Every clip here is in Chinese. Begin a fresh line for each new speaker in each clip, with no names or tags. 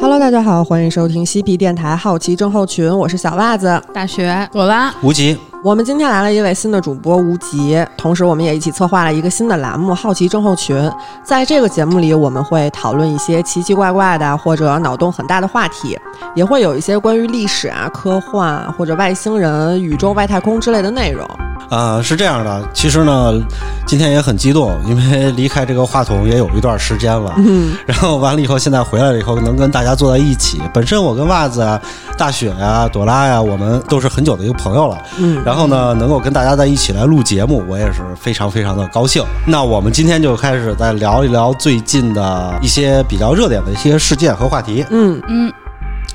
Hello，大家好，欢迎收听西皮电台好奇症候群，我是小袜子。
大学
朵拉，
无极，
我们今天来了一位新的主播吴极，同时我们也一起策划了一个新的栏目《好奇症候群》。在这个节目里，我们会讨论一些奇奇怪怪的或者脑洞很大的话题，也会有一些关于历史啊、科幻啊或者外星人、宇宙、外太空之类的内容。
呃，是这样的，其实呢，今天也很激动，因为离开这个话筒也有一段时间了，
嗯，
然后完了以后，现在回来了以后，能跟大家坐在一起。本身我跟袜子啊、大雪呀、朵拉呀、我们都是很久的一个朋友了，
嗯，
然后呢，能够跟大家在一起来录节目，我也是非常非常的高兴。那我们今天就开始再聊一聊最近的一些比较热点的一些事件和话题。
嗯，
嗯，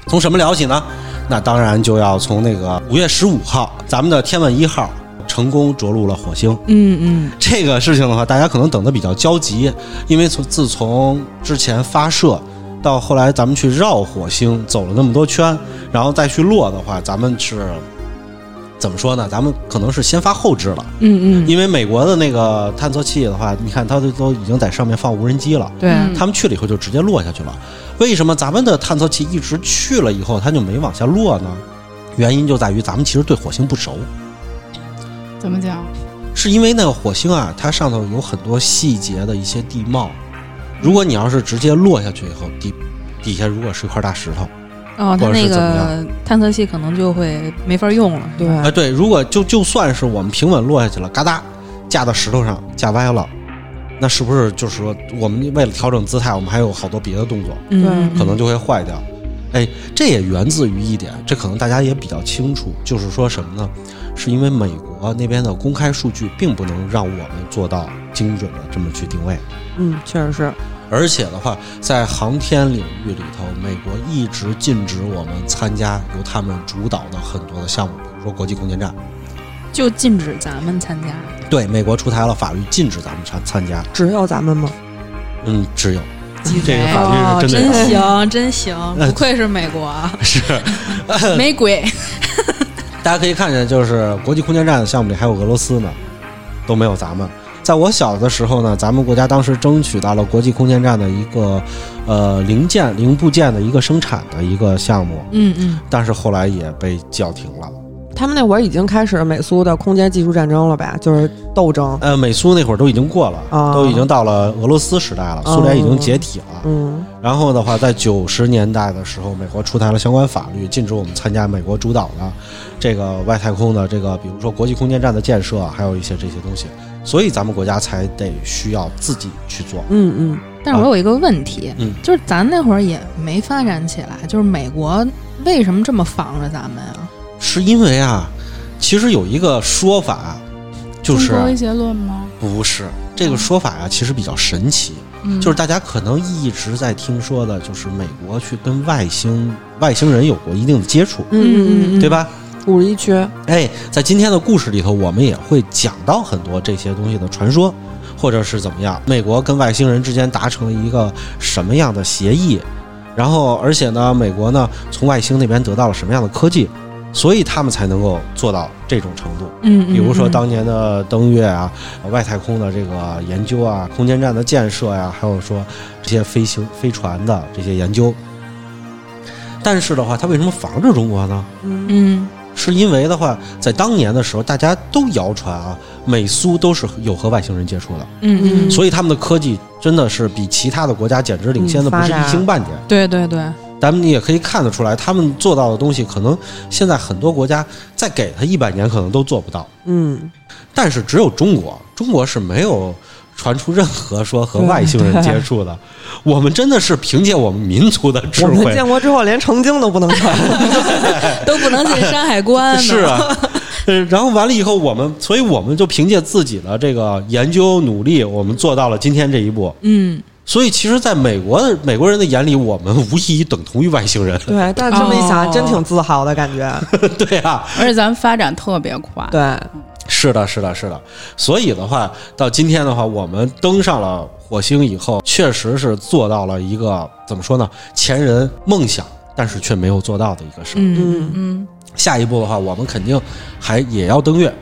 从什么聊起呢？那当然就要从那个五月十五号，咱们的天问一号成功着陆了火星。
嗯嗯，
这个事情的话，大家可能等的比较焦急，因为从自从之前发射到后来咱们去绕火星走了那么多圈，然后再去落的话，咱们是怎么说呢？咱们可能是先发后制了，
嗯嗯，
因为美国的那个探测器的话，你看它都都已经在上面放无人机了。
对，
嗯
他们去了以后就直接落下去了。为什么咱们的探测器一直去了以后它就没往下落呢？原因就在于咱们其实对火星不熟，
怎么讲？
是因为那个火星啊，它上头有很多细节的一些地貌。如果你要是直接落下去以后，底底下如果是一块大石头，或
哦，他
者
那
是怎么
个探测器可能就会没法用了，
对，
哎，对，如果就就算是我们平稳落下去了，嘎哒架到石头上架歪了，那是不是就是说我们为了调整姿态，我们还有好多别的动作？
嗯，
对
嗯
可能就会坏掉。哎，这也源自于一点，这可能大家也比较清楚，就是说什么呢？是因为美国那边的公开数据并不能让我们做到精准的这么去定位，
嗯，确实是，
而且的话，在航天领域里头，美国一直禁止我们参加由他们主导的很多的项目，比如说国际空间站。
就禁止咱们参加。
对，美国出台了法律禁止咱们参参加，
只有咱们吗？
嗯，只有
哎
这个
哦，
法律是真的呃有。
行，真行，不愧是美国，
是，
没鬼。
大家可以看见，就是国际空间站的项目里还有俄罗斯呢，都没有咱们。在我小的时候呢，咱们国家当时争取到了国际空间站的一个呃零件零部件的一个生产的一个项目，
嗯嗯，
但是后来也被叫停了。
他们那会儿已经开始美苏的空间技术战争了吧？就是斗争。
呃，美苏那会儿都已经过了，
哦
都已经到了俄罗斯时代了，苏联已经解体了。
嗯
然后的话，在九十年代的时候，美国出台了相关法律，禁止我们参加美国主导的这个外太空的这个，比如说国际空间站的建设，还有一些这些东西，所以咱们国家才得需要自己去做。
嗯嗯。
但是我有一个问题，
嗯
就是咱那会儿也没发展起来，就是美国为什么这么防着咱们啊？
是因为啊，其实有一个说法，就是
中国威胁论吗？
不是这个说法啊，其实比较神奇，
嗯，
就是大家可能一直在听说的，就是美国去跟外星外星人有过一定的接触，
嗯嗯
对吧？
嗯，五十一区，
哎，在今天的故事里头，我们也会讲到很多这些东西的传说，或者是怎么样，美国跟外星人之间达成了一个什么样的协议，然后而且呢，美国呢从外星那边得到了什么样的科技，所以他们才能够做到这种程度。
嗯，
比如说
嗯
当年的登月啊，外太空的这个研究啊，空间站的建设呀、还有说这些飞行飞船的这些研究。但是的话，他为什么防着中国呢？
嗯
嗯
是因为的话，在当年的时候，大家都谣传啊，美苏都是有和外星人接触的，
嗯嗯，
所以他们的科技真的是比其他的国家简直领先的
嗯
不
发
是
达
一星半点。
对对对，
咱们也可以看得出来，他们做到的东西，可能现在很多国家再给他一百年，可能都做不到。
嗯，
但是只有中国，中国是没有传出任何说
嗯
和外星人接触的。我们真的是凭借我们民族的智
我们
慧，
建国之后连成精都不能穿，
都不能进山海
嗯
关呢，
是啊， 呃，然后完了以后，我们，所以我们就凭借自己的这个研究努力，我们做到了今天这一步。
嗯，
所以，其实，在美国的美国人的眼里，我们无异于等同于外星人。
对，但这么一想，
哦
真挺自豪的感觉。
对啊，
而且咱们发展特别快，
对，
是的，是的，是的。所以的话，到今天的话，我们登上了火星以后，确实是做到了一个怎么说呢？前人梦想，但是却没有做到的一个事。
嗯
嗯，
嗯，
下一步的话，我们肯定还也要登月，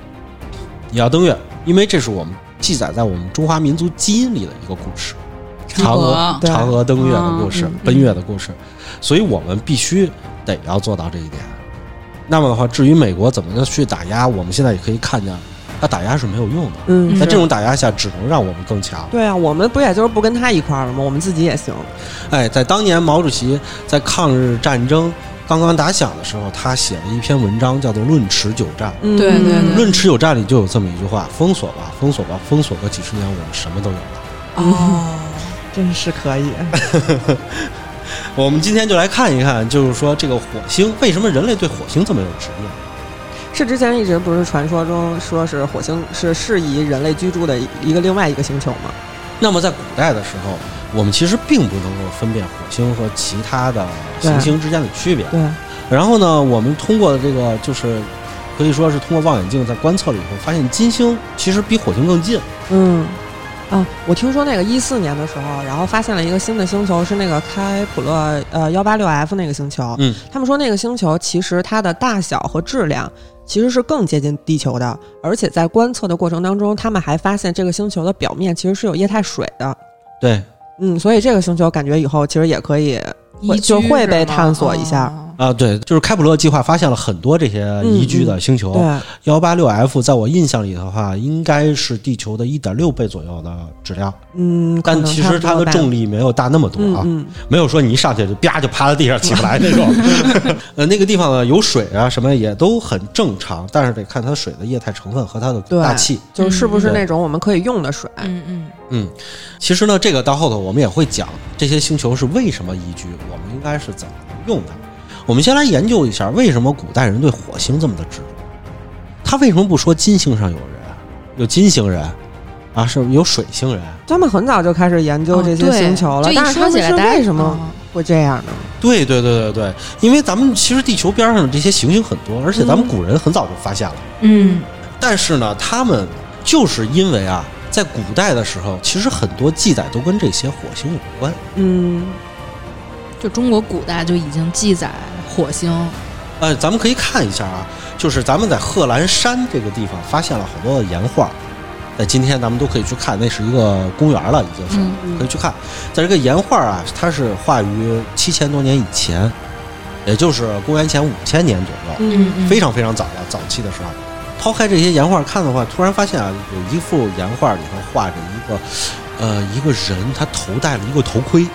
也要登月，因为这是我们记载在我们中华民族基因里的一个故事。嫦娥
娥
对
嫦娥登月的故事
嗯，
奔月的故事，所以我们必须得要做到这一点。那么的话，至于美国怎么去打压，我们现在也可以看见，它打压是没有用的。
嗯，
在
是
这种打压下，只能让我们更强。
对啊，我们不也就是不跟他一块儿了吗？我们自己也行。
哎，在当年毛主席在抗日战争刚刚打响的时候，他写了一篇文章，叫做《论持久战》。
嗯
对对对
《论持久战》里就有这么一句话：“封锁吧，封锁吧，封锁个几十年，我们什么都有了。
啊
哦，真是可以。”
我们今天就来看一看，就是说这个火星为什么人类对火星这么有执念？
是之前一直不是传说中说是火星是适宜人类居住的一个另外一个星球吗？
那么在古代的时候，我们其实并不能够分辨火星和其他的行星之间的区别。
对，
然后呢，我们通过这个就是可以说是通过望远镜在观测了以后，发现金星其实比火星更近。
嗯，啊，我听说那个一四年的时候，然后发现了一个新的星球，是那个开普勒呃幺八六 F 那个星球。
嗯，
他们说那个星球其实它的大小和质量其实是更接近地球的，而且在观测的过程当中，他们还发现这个星球的表面其实是有液态水的。
对，
嗯，所以这个星球感觉以后其实也可以， 会
宜居
就会被
是吗
探索一下
哦
啊，对，就是开普勒计划发现了很多这些宜居的星球。啊
对，
幺八六 F 在我印象里的话，应该是地球的一点六倍左右的质量，
嗯，可
但
能
其
差
实
不
它
多
的
吧
重力没有大那么多啊，
嗯
没有说你一上去就啪就趴在地上起不来 那种。 呃，那个地方呢有水啊什么也都很正常，但是得看它水的液态成分和它的
对
大气。
嗯，就是不是
嗯
那种我们可以用的水？
嗯嗯，
嗯，其实呢，这个到后头我们也会讲这些星球是为什么宜居，我们应该是怎么用它。我们先来研究一下为什么古代人对火星这么的执着。他为什么不说金星上有人，有金星人，啊，是有水星人？
他们很早就开始研究这些
哦对
星球了，
就一
但是
说
他
起
们
来
是
大家
为什么
哦
会这样呢？
对对对对对，因为咱们其实地球边上的这些行星很多，而且咱们古人很早就发现了。
嗯，
但是呢，他们就是因为啊，在古代的时候，其实很多记载都跟这些火星有关。
嗯，
就中国古代就已经记载火星，
呃，咱们可以看一下啊，就是咱们在贺兰山这个地方发现了好多的岩画，在今天咱们都可以去看，那是一个公园了，已经是、
嗯
可以去看。在这个岩画啊，它是画于七千多年以前，也就是公元前五千年左右，
嗯
嗯
非常非常早了，早期的时候。抛开这些岩画看的话，突然发现啊，有一幅岩画里头画着一个，呃，一个人，他头戴了一个头盔，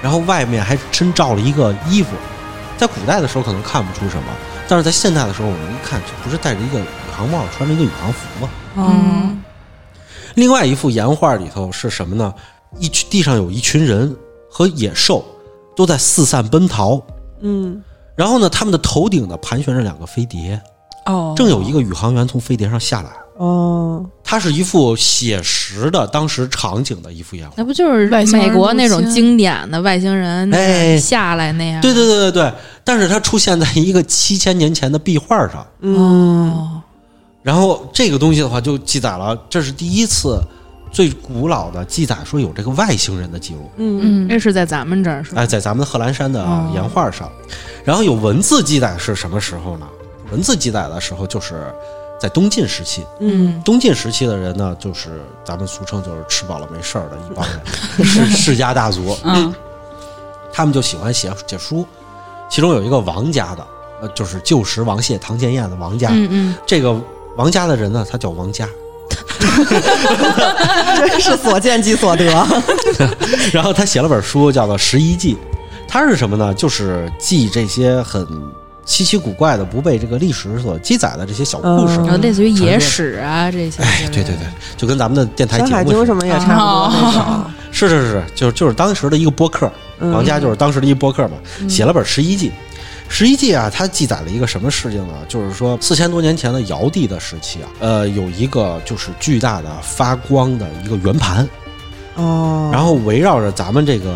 然后外面还真罩了一个衣服。在古代的时候可能看不出什么，但是在现代的时候，我们一看，这不是戴着一个宇航帽，穿着一个宇航服吗？
嗯
哦，
嗯
另外一幅岩画里头是什么呢？一群地上有一群人和野兽都在四散奔逃，
嗯
然后呢，他们的头顶呢盘旋着两个飞碟，
哦，
正有一个宇航员从飞碟上下来。
哦，
它是一幅写实的当时场景的一幅烟火。
那不就是
外星人
美国那种
入侵
经典的外星人
哎
下来那样？
对对对对对，但是它出现在一个七千年前的壁画上，
嗯，
哦，
然后这个东西的话就记载了，这是第一次最古老的记载说有这个外星人的记录，
嗯
嗯
这是在咱们这儿是吧？
哎，在咱们贺兰山的
哦
岩画上，然后有文字记载是什么时候呢？文字记载的时候就是在东晋时期，
嗯，
东晋时期的人呢，就是咱们俗称就是吃饱了没事儿的一帮 人，世世家大族，
嗯
他们就喜欢写写书，其中有一个王家的，呃，就是旧时王谢堂前燕的王家。
嗯嗯，
这个王家的人呢，他叫王家，
真是所见即所得。
然后他写了本书叫做《十一记》，他是什么呢？就是记这些很稀奇古怪的、不被这个历史所记载的这些小故事。
嗯
然后类似于野史啊这些。
哎，对对对，就跟咱们的电台
山
节
海
目
经
似
什
的，
么也差不多那
是是是，就是就是当时的一个播客，
种。
嗯王家就是是当时的一播客嘛，
嗯
写了本《十一记》。十一记啊，它记载了一个什么事情呢？就是说，四千多年前的尧帝的时期啊，呃，有一个就是巨大的发光的一个圆盘，
哦，
然后围绕着咱们这个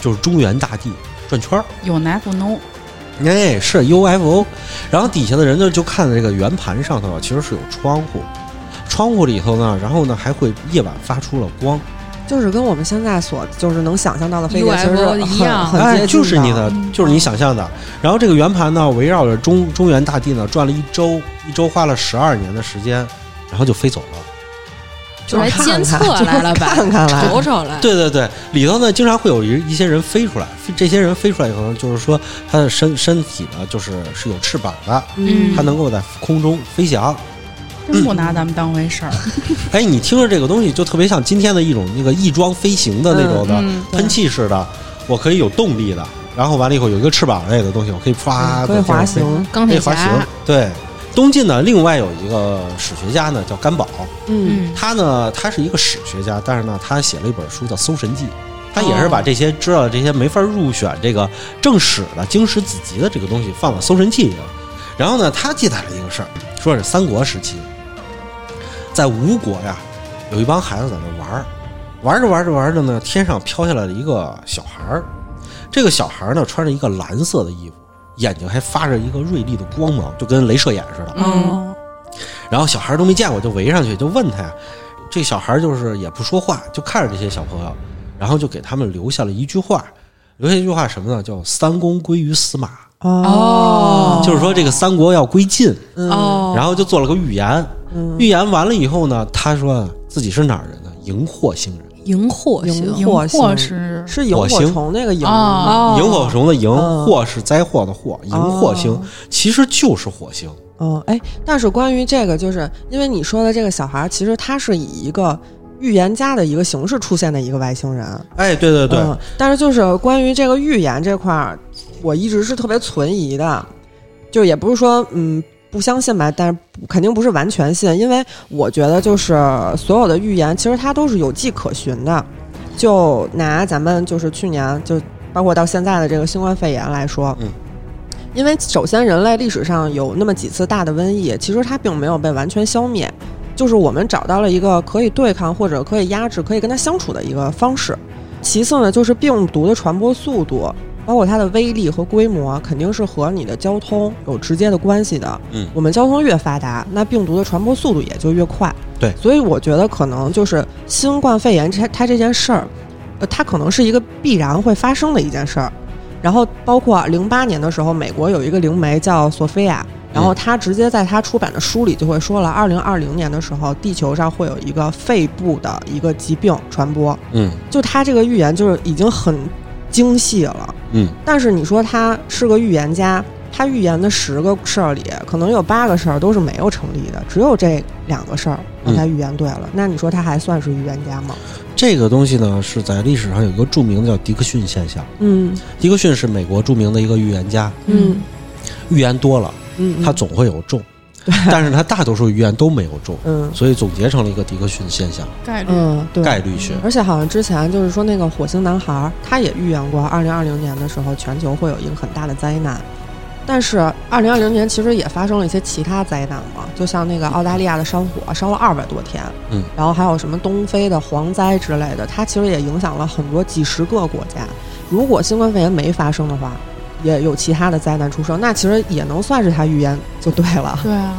就是中原大地转圈儿。
有拿不 no，
哎，是 UFO。然后底下的人呢，就看这个圆盘上头啊，其实是有窗户，窗户里头呢，然后呢还会夜晚发出了光。
就是跟我们现在所就是能想象到的飞碟其实
UFO
是
一样
很很接近
哎，就是你的，
嗯
就是你想象的。然后这个圆盘呢，围绕着中中原大地呢转了一周，一周花了十二年的时间，然后就飞走了。
就来监测来了吧，
看看来
瞅瞅来。
对对对，里头呢经常会有一一些人飞出来，这些人飞出来以后，就是说他的身身体呢就是是有翅膀的，
嗯
它能够在空中飞翔。
真不拿咱们当回事儿。
哎，你听着这个东西就特别像今天的一种那个翼装飞行的那种的、
嗯，
喷气式的，我可以有动力的，然后完了以后有一个翅膀类的东西，我可以唰、
嗯可以哎滑行，，
钢
可以
铁
滑哎行
侠，。
对，东晋呢另外有一个史学家呢叫甘宝，
嗯
嗯
他呢，他是一个史学家，但是呢，他写了一本书叫《搜神记》，他也是把这些知道的这些没法入选这个正史的经史子集的这个东西放到《搜神记》里了。然后呢，他记载了一个事儿，说是三国时期，在吴国呀，有一帮孩子在那玩儿，玩着玩着玩着呢，天上飘下来了一个小孩儿，这个小孩儿呢穿着一个蓝色的衣服，眼睛还发着一个锐利的光芒，就跟镭射眼似的。
嗯，
然后小孩儿都没见过，就围上去就问他呀。这小孩儿就是也不说话，就看着这些小朋友，然后就给他们留下了一句话，留下一句话什么呢？叫“三公归于司马”，
哦
就是说这个三国要归晋。
哦，
然后就做了个预言，
嗯
预言完了以后呢，他说自己是哪儿人呢？荧惑星人，
荧惑
荧
星
荧
惑星
惑是
嗯是萤
火
火
星
虫那个萤
哦
哦，
萤火虫的萤，
嗯
惑是灾祸的祸，荧惑星其实就是火星。
哦，哎，但是关于这个，就是因为你说的这个小孩儿，其实他是以一个预言家的一个形式出现的一个外星人。
哎，对对对，
嗯，但是就是关于这个预言这块儿，我一直是特别存疑的，就也不是说嗯不相信吧，但是不肯定不是完全信，因为我觉得就是所有的预言其实它都是有迹可循的。就拿咱们就是去年就包括到现在的这个新冠肺炎来说，
嗯。
因为首先，人类历史上有那么几次大的瘟疫，其实它并没有被完全消灭，就是我们找到了一个可以对抗或者可以压制、可以跟它相处的一个方式。其次呢，就是病毒的传播速度，包括它的威力和规模，啊肯定是和你的交通有直接的关系的。
嗯
我们交通越发达，那病毒的传播速度也就越快。
对
所以我觉得可能就是新冠肺炎它它这件事儿，呃，它可能是一个必然会发生的一件事儿。然后包括零八年的时候，美国有一个灵媒叫索菲亚，然
嗯
后他直接在他出版的书里就会说了，二零二零年的时候，地球上会有一个肺部的一个疾病传播。
嗯
就他这个预言就是已经很精细了，
嗯，
但是你说他是个预言家，他预言的十个事儿里，可能有八个事儿都是没有成立的，只有这两个事儿让他预言对了。那你说他还算是预言家吗？
这个东西呢是在历史上有一个著名的叫迪克逊现象。
嗯
迪克逊是美国著名的一个预言家，
嗯
预言多了，
嗯
他总会有 中，但是他大多数预言都没有中，
嗯
所以总结成了一个迪克逊现象，
概率。
嗯对。
概率学。
而且好像之前就是说那个火星男孩儿，他也预言过二零二零年的时候全球会有一个很大的灾难，但是二零二零年其实也发生了一些其他灾难嘛，就像那个澳大利亚的山火烧了二百多天，
嗯，
然后还有什么东非的蝗灾之类的，它其实也影响了很多几十个国家。如果新冠肺炎没发生的话，也有其他的灾难出生，那其实也能算是他预言就对了。
对啊，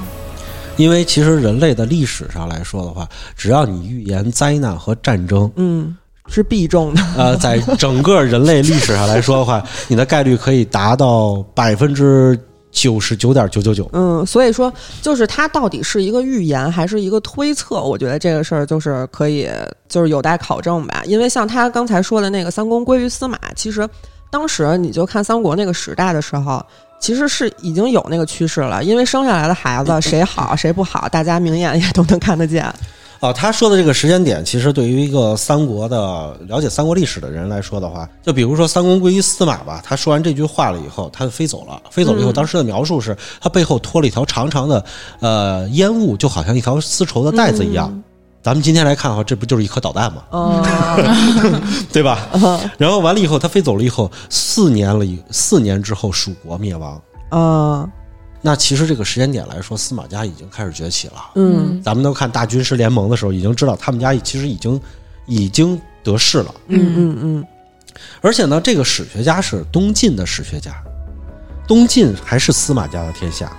因为其实人类的历史上来说的话，只要你预言灾难和战争，
嗯，是必中的。
呃， 在整个人类历史上来说的话，你的概率可以达到百分之九十九点九九九。
嗯，所以说，就是它到底是一个预言还是一个推测？我觉得这个事儿就是可以，就是有待考证吧。因为像他刚才说的那个“三公归于司马”，其实当时你就看三国那个时代的时候，其实是已经有那个趋势了。因为生下来的孩子谁好谁不好，大家明眼也都能看得见。
哦，他说的这个时间点，其实对于一个三国的了解三国历史的人来说的话，就比如说“三公归于司马”吧，他说完这句话了以后，他就飞走了。飞走了以后，当时的描述是他背后拖了一条长长的呃烟雾，就好像一条丝绸的带子一样。咱们今天来看的话，这不就是一颗导弹吗？
嗯，
对吧？然后完了以后，他飞走了以后，四年了以，四年之后，蜀国灭亡。
嗯
那其实这个时间点来说，司马家已经开始崛起了。
嗯
咱们都看大军师联盟的时候，已经知道他们家其实已经已经得势了。
嗯嗯嗯，
而且呢，这个史学家是东晋的史学家，东晋还是司马家的天下。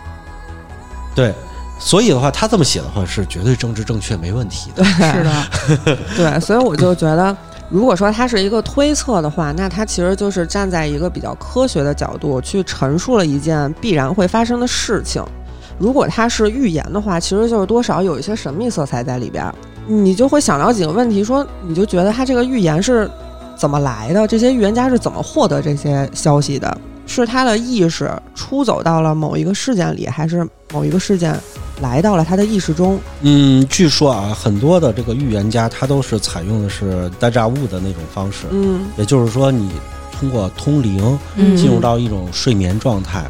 对，所以的话，他这么写的话是绝对政治正确没问题的。
是
是的，
对，所以我就觉得，如果说它是一个推测的话，那它其实就是站在一个比较科学的角度去陈述了一件必然会发生的事情。如果它是预言的话，其实就是多少有一些神秘色彩在里边儿。你就会想了解个问题，说你就觉得他这个预言是怎么来的？这些预言家是怎么获得这些消息的？是他的意识出走到了某一个事件里，还是某一个事件来到了他的意识中？
嗯，据说啊，很多的这个预言家他都是采用的是呆炸物的那种方式，
嗯
也就是说，你通过通灵
嗯
进入到一种睡眠状态，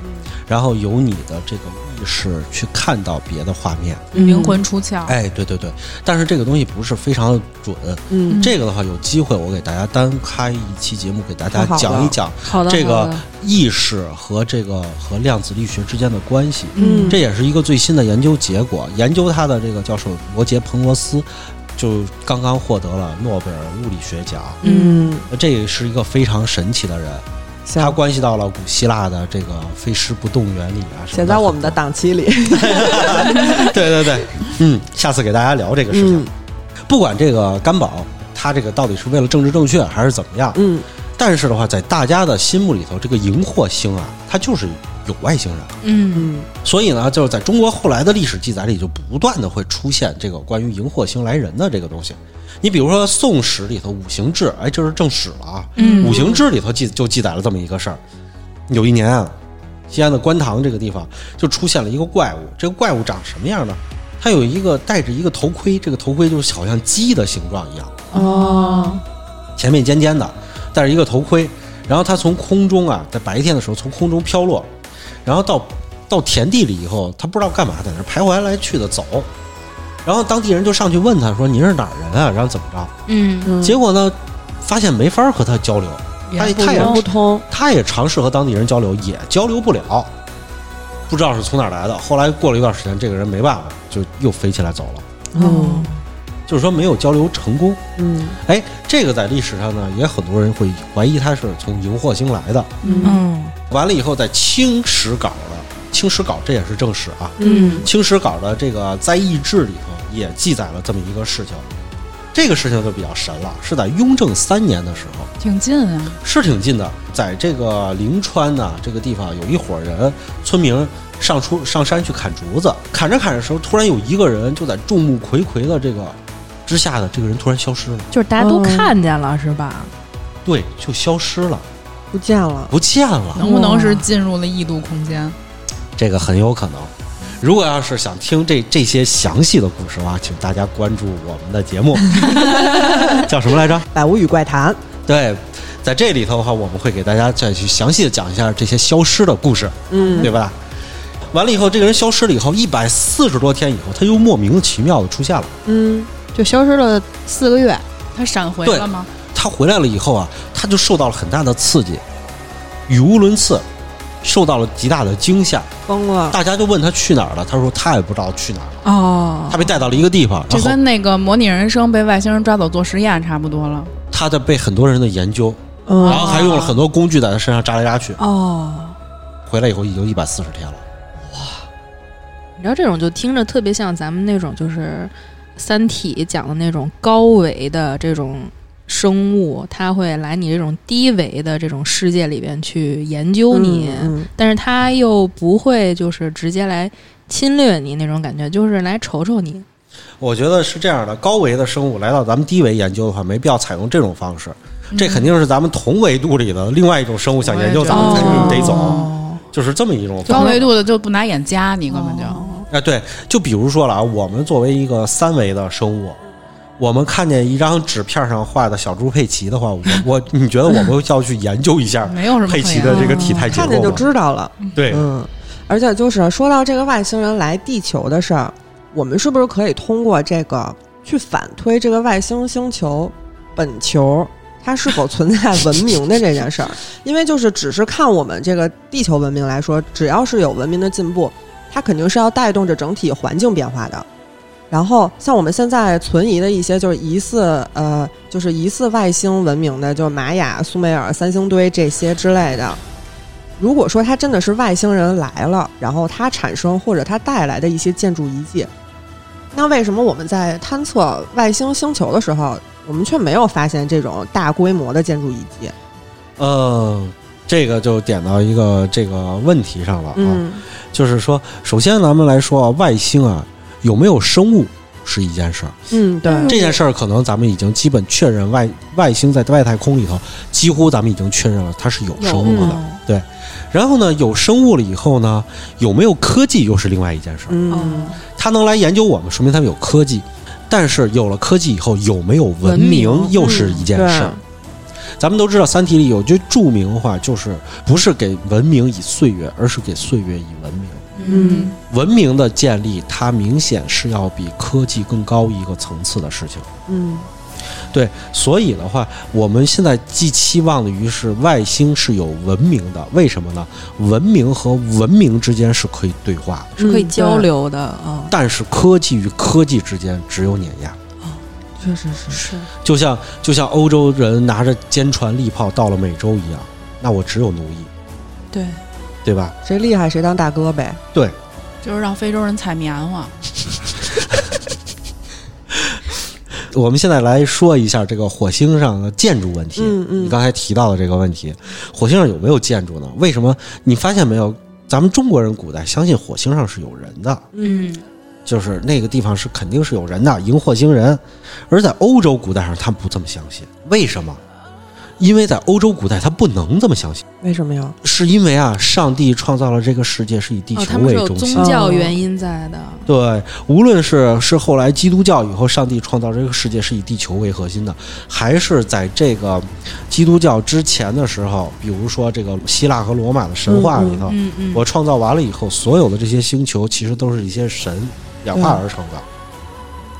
然后由你的这个意识去看到别的画面。
嗯
灵魂出窍，
哎，对对对，但是这个东西不是非常的准。
啊嗯
这个的话，有机会我给大家单开一期节目，给大家
太好了
讲一讲
好的，
这
好
个
的
意识和这个和量子力学之间的关系。
嗯
这也是一个最新的研究结果。研究它的这个教授罗杰·彭罗斯，就刚刚获得了诺贝尔物理学奖。
嗯，
呃这也是一个非常神奇的人，
行
他，关系到了古希腊的这个非湿不动原理啊什么的。
写在我们的档期里。
对 对对，嗯，下次给大家聊这个事情。
嗯
不管这个甘宝，他这个到底是为了政治正确还是怎么样，
嗯
但是的话，在大家的心目里头，这个荧惑星啊，它就是有外星人。
嗯
嗯
所以呢，就是在中国后来的历史记载里，就不断的会出现这个关于荧惑星来人的这个东西。你比如说《宋史》里头《五行志》，哎，这是正史了啊，
嗯
五行志》里头记就记载了这么一个事儿。有一年啊，西安的观塘这个地方就出现了一个怪物，这个怪物长什么样呢？它有一个戴着一个头盔，这个头盔就是好像鸡的形状一样，
哦，
前面尖尖的，戴着一个头盔，然后它从空中啊，在白天的时候从空中飘落，然后到到田地里以后，它不知道干嘛，在那儿徘徊来去的走，然后当地人就上去问他说：“您是哪儿人啊？”然后怎么着？
嗯，
嗯，
结果呢，发现没法和他交流，他也他也
不通。
他也尝试和当地人交流，也交流不了，不知道是从哪儿来的。后来过了一段时间，这个人没办法，就又飞起来走了，
嗯
就是说没有交流成功。
嗯
哎，这个在历史上呢，也很多人会怀疑他是从荧惑星来的。
嗯
嗯
完了以后，在清史稿的清史稿，这也是正史啊。
嗯
清史稿的这个《灾异志》里头也记载了这么一个事情，这个事情就比较神了，是在雍正三年的时候，
挺近啊，
是挺近的，在这个灵川呐、这个地方有一伙人村民上出上山去砍竹子，砍着砍着的时候，突然有一个人就在众目睽睽的这个之下的这个人突然消失了，
就是大家都看见了是吧？
对，就消失了，
不见了。
不见了。
能不能
哦
是进入了异度空间？
这个很有可能。如果要是想听这这些详细的故事的话，请大家关注我们的节目，叫什么来着？
百无语怪谈。
对，在这里头的话，我们会给大家再去详细的讲一下这些消失的故事，
嗯
对吧？完了以后，这个人消失了以后，一百四十多天以后，他又莫名其妙的出现了。
嗯
就消失了四个月，
他闪回了吗？
他回来了以后啊，他就受到了很大的刺激，语无伦次，受到了极大的惊吓。
疯了。
大家就问他去哪儿了，他说他也不知道去哪儿了，
哦
他，被带到了一个地方，
这
然后
跟那个模拟人生被外星人抓走做实验差不多了。
他在被很多人的研究，然
嗯
后还用了很多工具在他身上扎来扎去。
哦，
回来以后已经一百四十天了。
你知道这种就听着特别像咱们那种就是《三体》讲的那种高维的这种生物，它会来你这种低维的这种世界里边去研究你，
嗯
但是它又不会就是直接来侵略你那种感觉，就是来瞅瞅你。
我觉得是这样的，高维的生物来到咱们低维研究的话，没必要采用这种方式。
嗯
这肯定是咱们同维度里的另外一种生物想研究咱们，
嗯
我
才
也觉
是得走，
哦
就是这么一种
高
方式。
维度的就不拿眼夹你，根本就
哦
哎，对，就比如说了啊，我们作为一个三维的生物，我们看见一张纸片上画的小猪佩奇的话，我我你觉得我们要去研究一下
没有什么可
佩
言
奇的这个体态结
嗯看见
构
就
吗？
知道了。
对，
嗯，而且就是说到这个外星人来地球的事儿，我们是不是可以通过这个去反推这个外星星球本球？它是否存在文明的这件事儿，因为就是只是看我们这个地球文明来说，只要是有文明的进步，它肯定是要带动着整体环境变化的。然后像我们现在存疑的一些，就是疑似呃，就是疑似外星文明的，就是玛雅、苏美尔、三星堆这些之类的，如果说它真的是外星人来了，然后它产生或者它带来的一些建筑遗迹，那为什么我们在探测外星星球的时候，我们却没有发现这种大规模的建筑遗迹？
呃，这个就点到一个这个问题
嗯
上了啊。就是说，首先咱们来说啊，外星啊有没有生物，是一件事儿。
嗯，对，
这件事儿可能咱们已经基本确认外外星在外太空里头，几乎咱们已经确认了它是有生物的。
嗯
然后呢，有生物了以后呢，有没有科技又是另外一件事儿。
嗯，
它能来研究我们，说明他们有科技。但是有了科技以后，有没有文
文
明
明
又是一件
嗯对，
事儿。咱们都知道，《三体》里有句著名话，就是不是给文明以岁月，而是给岁月以文明。
嗯
文明的建立，它明显是要比科技更高一个层次的事情。
嗯
对，所以的话，我们现在寄期望的于是外星是有文明的，为什么呢？文明和文明之间是可以对话的，
是可以交流的，嗯，
但是科技与科技之间只有碾压。
哦确实是是，
就像就像欧洲人拿着坚船利炮到了美洲一样，那我只有奴役，
对，
对吧？
谁厉害谁当大哥呗。
就是让非洲人采棉花，
我们现在来说一下这个火星上的建筑问题。
嗯
你
嗯，
刚才提到的这个问题，火星上有没有建筑呢？为什么你发现没有？咱们中国人古代相信火星上是有人的，
嗯，
就是那个地方是肯定是有人的，荧惑星人。而在欧洲古代上，他们不这么相信，为什么？因为在欧洲古代，他不能这么相信，
为什么呀？
是因为啊，上帝创造了这个世界是以地
哦，
球
他们
为
是有
中心。
宗教原因在的，
对，无论是是后来基督教以后，上帝创造这个世界是以地球为核心的，还是在这个基督教之前的时候，比如说这个希腊和罗马的神话里头，
嗯嗯，
我创造完了以后，所有的这些星球其实都是一些神演化而成的。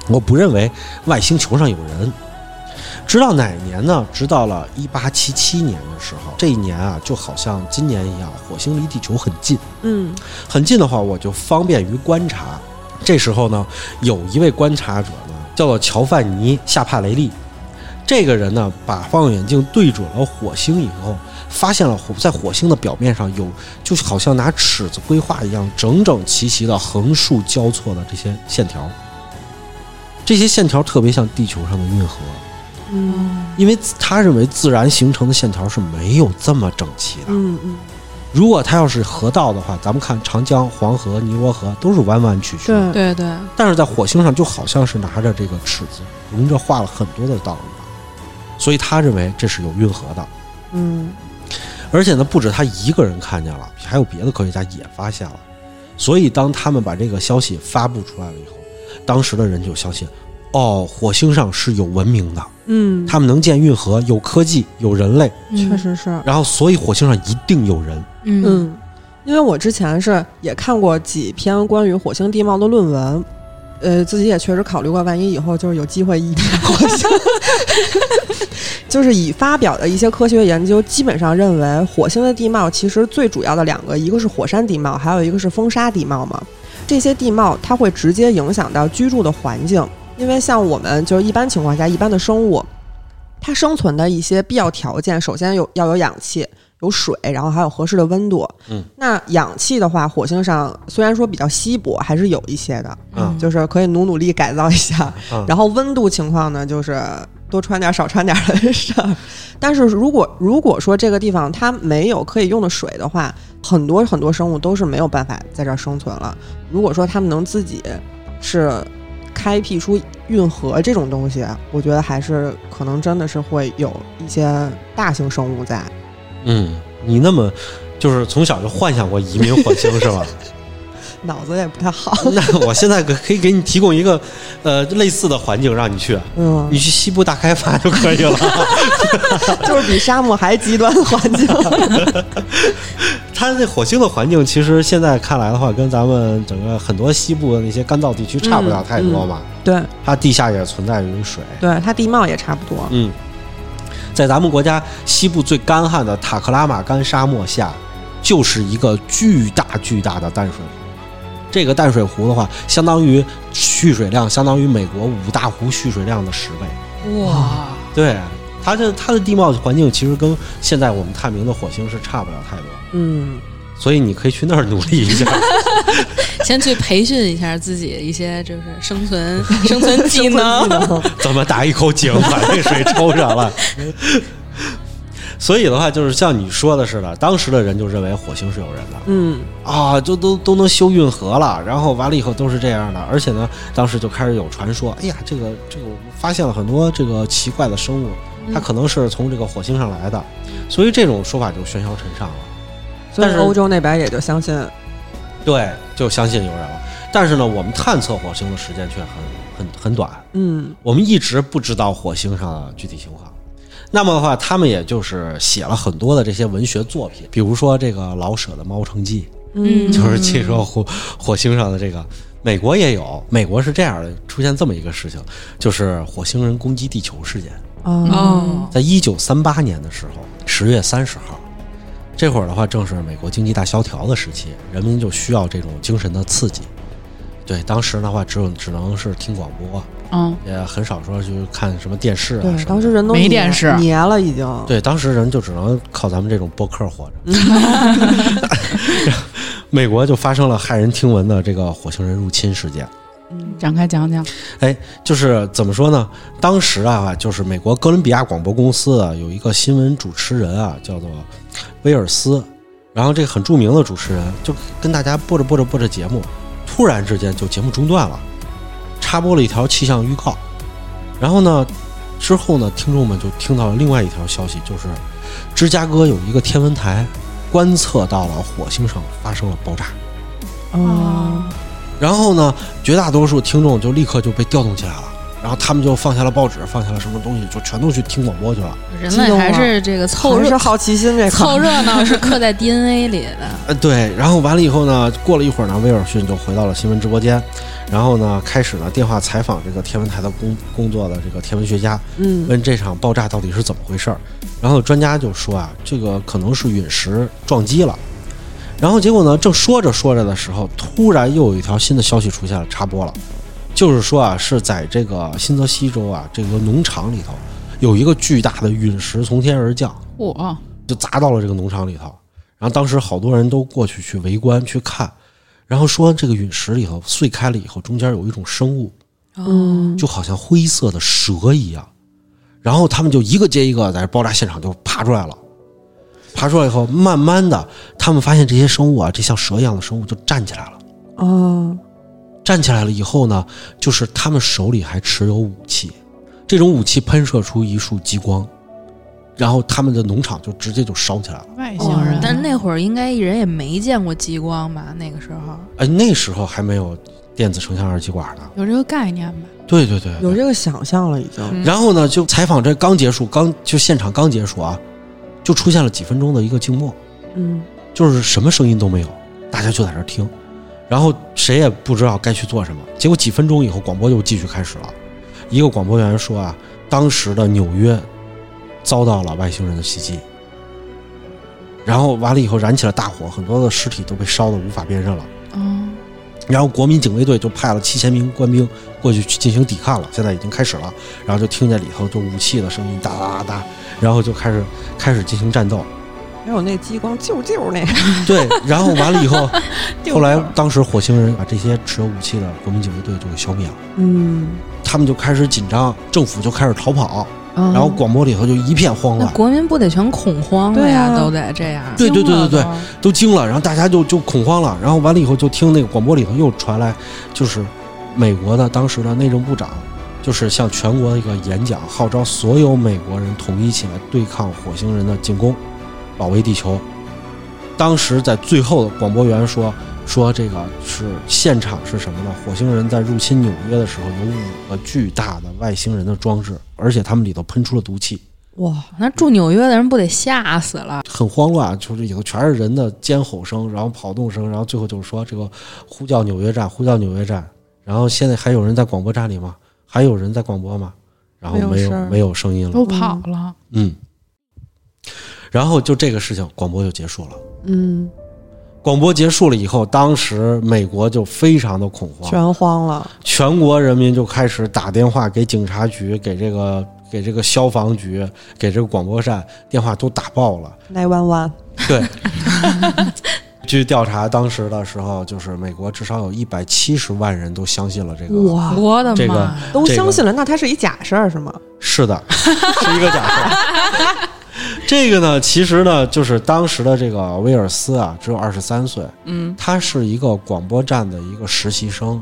我不认为外星球上有人。直到哪年呢？直到了一八七七年的时候，这一年啊，就好像今年一样，火星离地球很近。
嗯
很近的话，我就方便于观察。这时候呢，有一位观察者呢，叫做乔范尼·夏帕雷利。这个人呢，把望远镜对准了火星以后，发现了火在火星的表面上有，就是好像拿尺子规划一样，整整齐齐的横竖交错的这些线条。这些线条特别像地球上的运河，
嗯
因为他认为自然形成的线条是没有这么整齐的。
嗯嗯，
如果它要是河道的话，咱们看长江、黄河、尼罗河都是弯弯曲曲的，
对，
对对，
但是在火星上就好像是拿着这个尺子，横着画了很多的道路，所以他认为这是有运河的。
嗯
而且呢，不止他一个人看见了，还有别的科学家也发现了。所以当他们把这个消息发布出来了以后，当时的人就相信，哦，火星上是有文明的，
嗯，
他们能建运河，有科技，有人类，
确实是，
然后所以火星上一定有人。
嗯，嗯，
嗯，因为我之前是也看过几篇关于火星地貌的论文，呃，自己也确实考虑过，万一以后就是有机会移民火星，就是已发表的一些科学研究，基本上认为火星的地貌其实最主要的两个，一个是火山地貌，还有一个是风沙地貌嘛。这些地貌它会直接影响到居住的环境，因为像我们就是一般情况下一般的生物，它生存的一些必要条件，首先有要有氧气，有水，然后还有合适的温度。
嗯，
那氧气的话，火星上虽然说比较稀薄，还是有一些的，
嗯
就是可以努努力改造一下。
嗯
然后温度情况呢，就是多穿点儿少穿点儿的事儿。 但是如果如果说这个地方它没有可以用的水的话，很多很多生物都是没有办法在这儿生存了。如果说他们能自己是开辟出运河这种东西，我觉得还是可能真的是会有一些大型生物在。
嗯，你那么就是从小就幻想过移民火星是吧？
脑子也不太好。
那我现在可可以给你提供一个呃类似的环境让你去，
嗯
你，去西部大开发就可以了。
就是比沙漠还极端的环境。
它那火星的环境其实现在看来的话，跟咱们整个很多西部的那些干燥地区差不了太多嘛。
对
它地下也存在于水，
对，它地貌也差不多。
嗯，在咱们国家西部最干旱的塔克拉玛干沙漠下，就是一个巨大巨大的淡水湖。这个淡水湖的话，相当于蓄水量相当于美国五大湖蓄水量的十倍。
哇，
对，它这它的地貌环境其实跟现在我们探明的火星是差不了太多，
嗯，
所以你可以去那儿努力一下。
先去培训一下自己一些就是生 存生存技能，
能。
怎么打一口井把那水抽上了？所以的话，就是像你说的似的，当时的人就认为火星是有人的
嗯，
啊，就都都能修运河了，然后完了以后都是这样的，而且呢，当时就开始有传说，哎呀，这个这个我们发现了很多这个奇怪的生物，它可能是从这个火星上来的，所以这种说法就喧嚣尘上了。
所以
但是
欧洲那边也就相信，
对，就相信有人了。但是呢，我们探测火星的时间却很很很短，
嗯
我们一直不知道火星上的具体情况。那么的话，他们也就是写了很多的这些文学作品，比如说这个老舍的《猫城记》，
嗯，
就是介绍火火星上的这个。美国也有，美国是这样的，出现这么一个事情，就是火星人攻击地球事件。
嗯
哦，
在一九三八年的时候，十月三十号，这会儿的话正是美国经济大萧条的时期，人民就需要这种精神的刺激。对，当时的话只有只能是听广播，
嗯，
也很少说就是看什么电视啊什么
哦对，
的。
当时人都
没
黏
电视
黏了已经，
对，当时人就只能靠咱们这种播客活着。美国就发生了骇人听闻的这个火星人入侵事件。哎
嗯
展开讲讲。
就是怎么说呢？当时啊，就是美国哥伦比亚广播公司啊，有一个新闻主持人啊，叫做威尔斯，然后这个很著名的主持人，就跟大家播着播着播着节目，突然之间就节目中断了，插播了一条气象预告，然后呢，之后呢，听众们就听到了另外一条消息，就是芝加哥有一个天文台观测到了火星上发生了爆炸。
哦，
然后呢，绝大多数听众就立刻就被调动起来了，然后他们就放下了报纸，放下了什么东西，就全都去听广播去了。
人类还是这个凑
还
热
是好奇心这块，
凑热闹是刻在 DNA 里 的。
呃，对，然后完了以后呢，过了一会儿呢，威尔逊就回到了新闻直播间，然后呢，开始呢电话采访这个天文台的工工作的这个天文学家，
嗯
问这场爆炸到底是怎么回事儿。然后专家就说啊，这个可能是陨石撞击了。然后结果呢，正说着说着的时候，突然又有一条新的消息出现了，插播了，就是说啊，是在这个新泽西州啊这个农场里头，有一个巨大的陨石从天而降，
我
就砸到了这个农场里头。然后当时好多人都过去去围观去看，然后说这个陨石里头碎开了以后，中间有一种生物，
哦
嗯，
就好像灰色的蛇一样。然后他们就一个接一个在爆炸现场就爬出来了，爬出来以后，慢慢的他们发现这些生物啊，这像蛇一样的生物就站起来了。
哦，
站起来了以后呢，就是他们手里还持有武器，这种武器喷射出一束激光，然后他们的农场就直接就烧起来了。
外
星人
但是那会儿应该人也没见过激光吧？那个时候，
哎，那时候还没有电子成像二极管呢。
有这个概念吧？
对对对对
有这个想象了已经，
嗯
然后呢，就采访这刚结束，刚就现场刚结束啊，就出现了几分钟的一个静默，
嗯
就是什么声音都没有，大家就在这儿听，然后谁也不知道该去做什么。结果几分钟以后，广播又继续开始了。一个广播员说啊，当时的纽约遭到了外星人的袭击，然后完了以后燃起了大火，很多的尸体都被烧得无法辨认了。
哦，
然后国民警卫队就派了七千名官兵过去去进行抵抗了，现在已经开始了。然后就听见里头就武器的声音哒哒哒哒，然后就开始开始进行战斗。
还有那激光啾啾那个，
对，然后完了以后，后来当时火星人把这些持有武器的国民警卫队就给消灭了，
嗯，
啊他们就开始紧张，政府就开始逃跑，
然
然后广播里头就一片慌
那
乱，
国民不得全恐慌了呀？
对啊
都得这样。
对对对对对
惊了
都惊了，然后大家就就恐慌了，然后完了以后就听那个广播里头又传来，就是美国的当时的内政部长，就是向全国的一个演讲，号召所有美国人统一起来对抗火星人的进攻，保卫地球。当时在最后的广播员说说这个是现场是什么呢？火星人在入侵纽约的时候有五个巨大的外星人的装置，而且他们里头喷出了毒气。
哇，
那住纽约的人不得吓死了？
很慌乱，就是里头全是人的尖吼声，然后跑动声，然后最后就是说这个呼叫纽约站，呼叫纽约站。然后现在还有人在广播站里吗？还有人在广播吗？然后
没有
没有
声儿哦
没有声音了，
都跑了，
嗯。然后就这个事情，广播就结束了。
嗯，
广播结束了以后，当时美国就非常的恐慌，
全慌了，
全国人民就开始打电话给警察局、给这个、给这个消防局、给这个广播站，电话都打爆了。
来弯弯，
对， 据调查，当时的时候，就是美国至少有一百七十万人都相信了这个。
哇，
我的
这个
妈！
都
这个
相信了，那它是一假事儿是吗？
是的，是一个假设。 这个呢，其实呢，就是当时的这个威尔斯啊，只有二十三岁，
嗯，
他是一个广播站的一个实习生。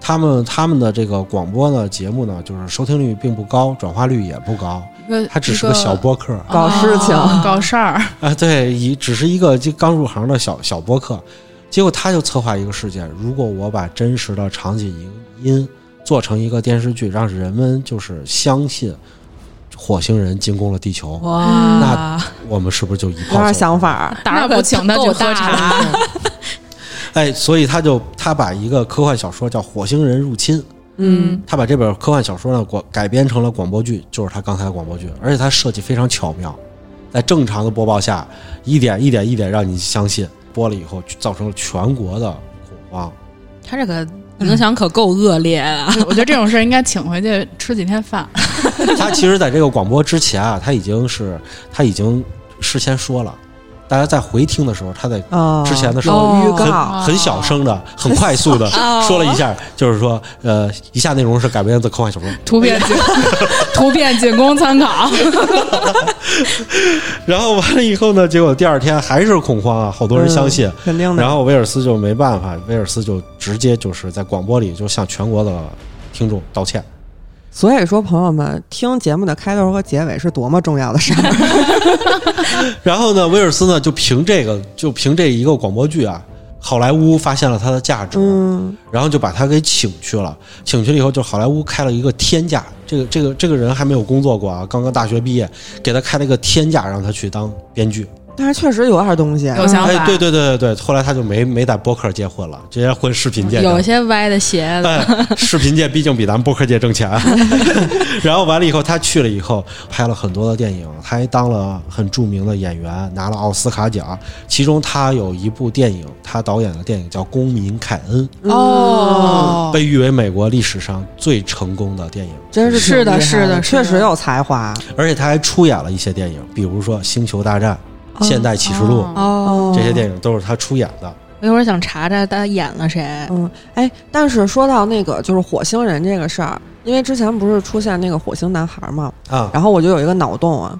他们他们的这个广播呢节目呢，就是收听率并不高，转化率也不高，
一
呃
个
他只是
一
个小播客
搞事情
啊搞事儿，
啊，对，一只是一个就刚入行的小小播客。结果他就策划一个事件：如果我把真实的场景音做成一个电视剧，让人们就是相信火星人进攻了地球，
哇
那我们是不是就一炮
有点
走
想法儿。
打
那
不
不
请他去
够
喝
大
茶，
哎，所以他就他把一个科幻小说叫《火星人入侵》，
嗯，
他把这本科幻小说呢广改编成了广播剧，就是他刚才的广播剧，而且他设计非常巧妙，在正常的播报下，一点一点一点让你相信，播了以后造成了全国的恐慌。
他这个影响可够恶劣啊！
嗯我觉得这种事儿应该请回去吃几天 饭。
他其实在这个广播之前啊，他已经是他已经事先说了，大家在回听的时候，他在
啊，
之前的时
有
候
预
很
告，
很小声的、很快速的说了一下，就是说，呃，以下内容是改编自科幻小说。
图片仅图片仅供参考。
然后完了以后呢，结果第二天还是恐慌啊，好多人相信。
嗯肯定的。
然后威尔斯就没办法，威尔斯就直接就是在广播里就向全国的听众道歉。
所以说，朋友们听节目的开头和结尾是多么重要的事儿。
然后呢，威尔斯呢就凭这个，就凭这一个广播剧啊，好莱坞发现了它的价值。
嗯，
然后就把他给请去了。请去了以后，就好莱坞开了一个天价，这个这个这个人还没有工作过啊，刚刚大学毕业，给他开了一个天价，让他去当编剧。
但是确实有点东西。
有想
哎
法，，
对对对对对，后来他就没没在播客界混了，直接混视频界去
有
了
一。些歪的邪的，
哎，视频界毕竟比咱们播客界挣钱。然后完了以后，他去了以后，拍了很多的电影，他还当了很著名的演员，拿了奥斯卡奖。其中他有一部电影，他导演的电影叫《公民凯恩》。
嗯
哦，
被誉为美国历史上最成功的电影，
真是挺
是的
厉害
是
的，
的
确
是的
实有才华。
而且他还出演了一些电影，比如说《星球大战》《现代启示录》
哦
这些电影都是他出演的。
我一会儿想查查他演了谁。
嗯，哎，但是说到那个就是火星人这个事儿，因为之前不是出现那个火星男孩嘛，
啊，
然后我就有一个脑洞啊，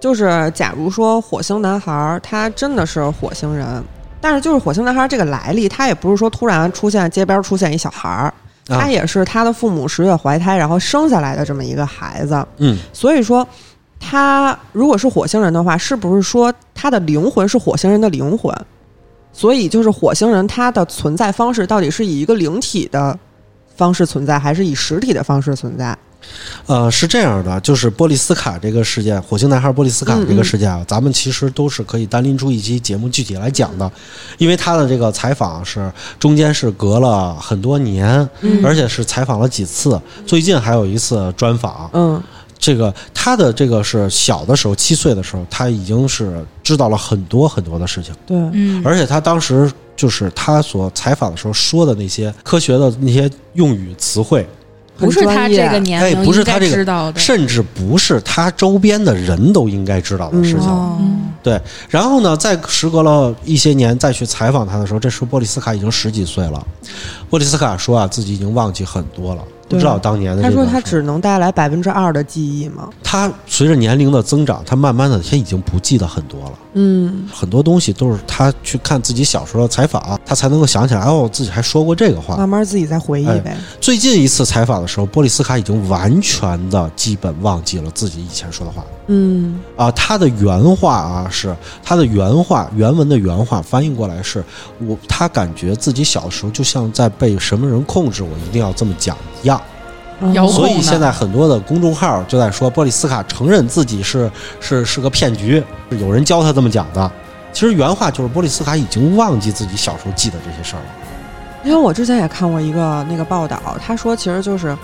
就是假如说火星男孩儿他真的是火星人，但是就是火星男孩儿这个来历，他也不是说突然出现街边儿出现一小孩儿，
啊
他也是他的父母十月怀胎然后生下来的这么一个孩子，
嗯，
所以说。他如果是火星人的话，是不是说他的灵魂是火星人的灵魂？所以就是火星人他的存在方式到底是以一个灵体的方式存在，还是以实体的方式存在？
呃，是这样的，就是波利斯卡这个事件，火星男孩波利斯卡这
嗯
个事件啊，咱们其实都是可以单拎出一期节目具体来讲的，因为他的这个采访是中间是隔了很多年，
嗯
而且是采访了几次，最近还有一次专访。
嗯
这个他的这个是小的时候，七岁的时候，他已经是知道了很多很多的事情。
对，
嗯，
而且他当时就是他所采访的时候说的那些科学的那些用语词汇，
不是他这个
很专业
年
哎
龄
不是
应该
他这个
知道的
甚至不是他周边的人都应该知道的事情。
哦
嗯
然后呢，在时隔了一些年再去采访他的时候，这时候波利斯卡已经十几岁了。波利斯卡说啊，自己已经忘记很多了，不知道当年
啊
的
他
这
说
个。
他只能带来百分之二的记忆嘛。
他随着年龄的增长，他慢慢的他已经不记得很多了。
嗯，
很多东西都是他去看自己小时候的采访，他才能够想起来哦，自己还说过这个话。
慢慢自己再回忆呗。
最近一次采访的时候，波利斯卡已经完全的基本忘记了自己以前说的话
嗯
啊。他的原话啊是他的原话，原文的原话翻译过来是我，他感觉自己小的时候就像在被什么人控制，我一定要这么讲一样。
嗯
遥
哦
控
所以
呢
现在很多的公众号就在说，波利斯卡承认自己是是是个骗局，是有人教他这么讲的。其实原话就是波利斯卡已经忘记自己小时候记得这些事儿了。
因为我之前也看过一个那个报道，他说其实就是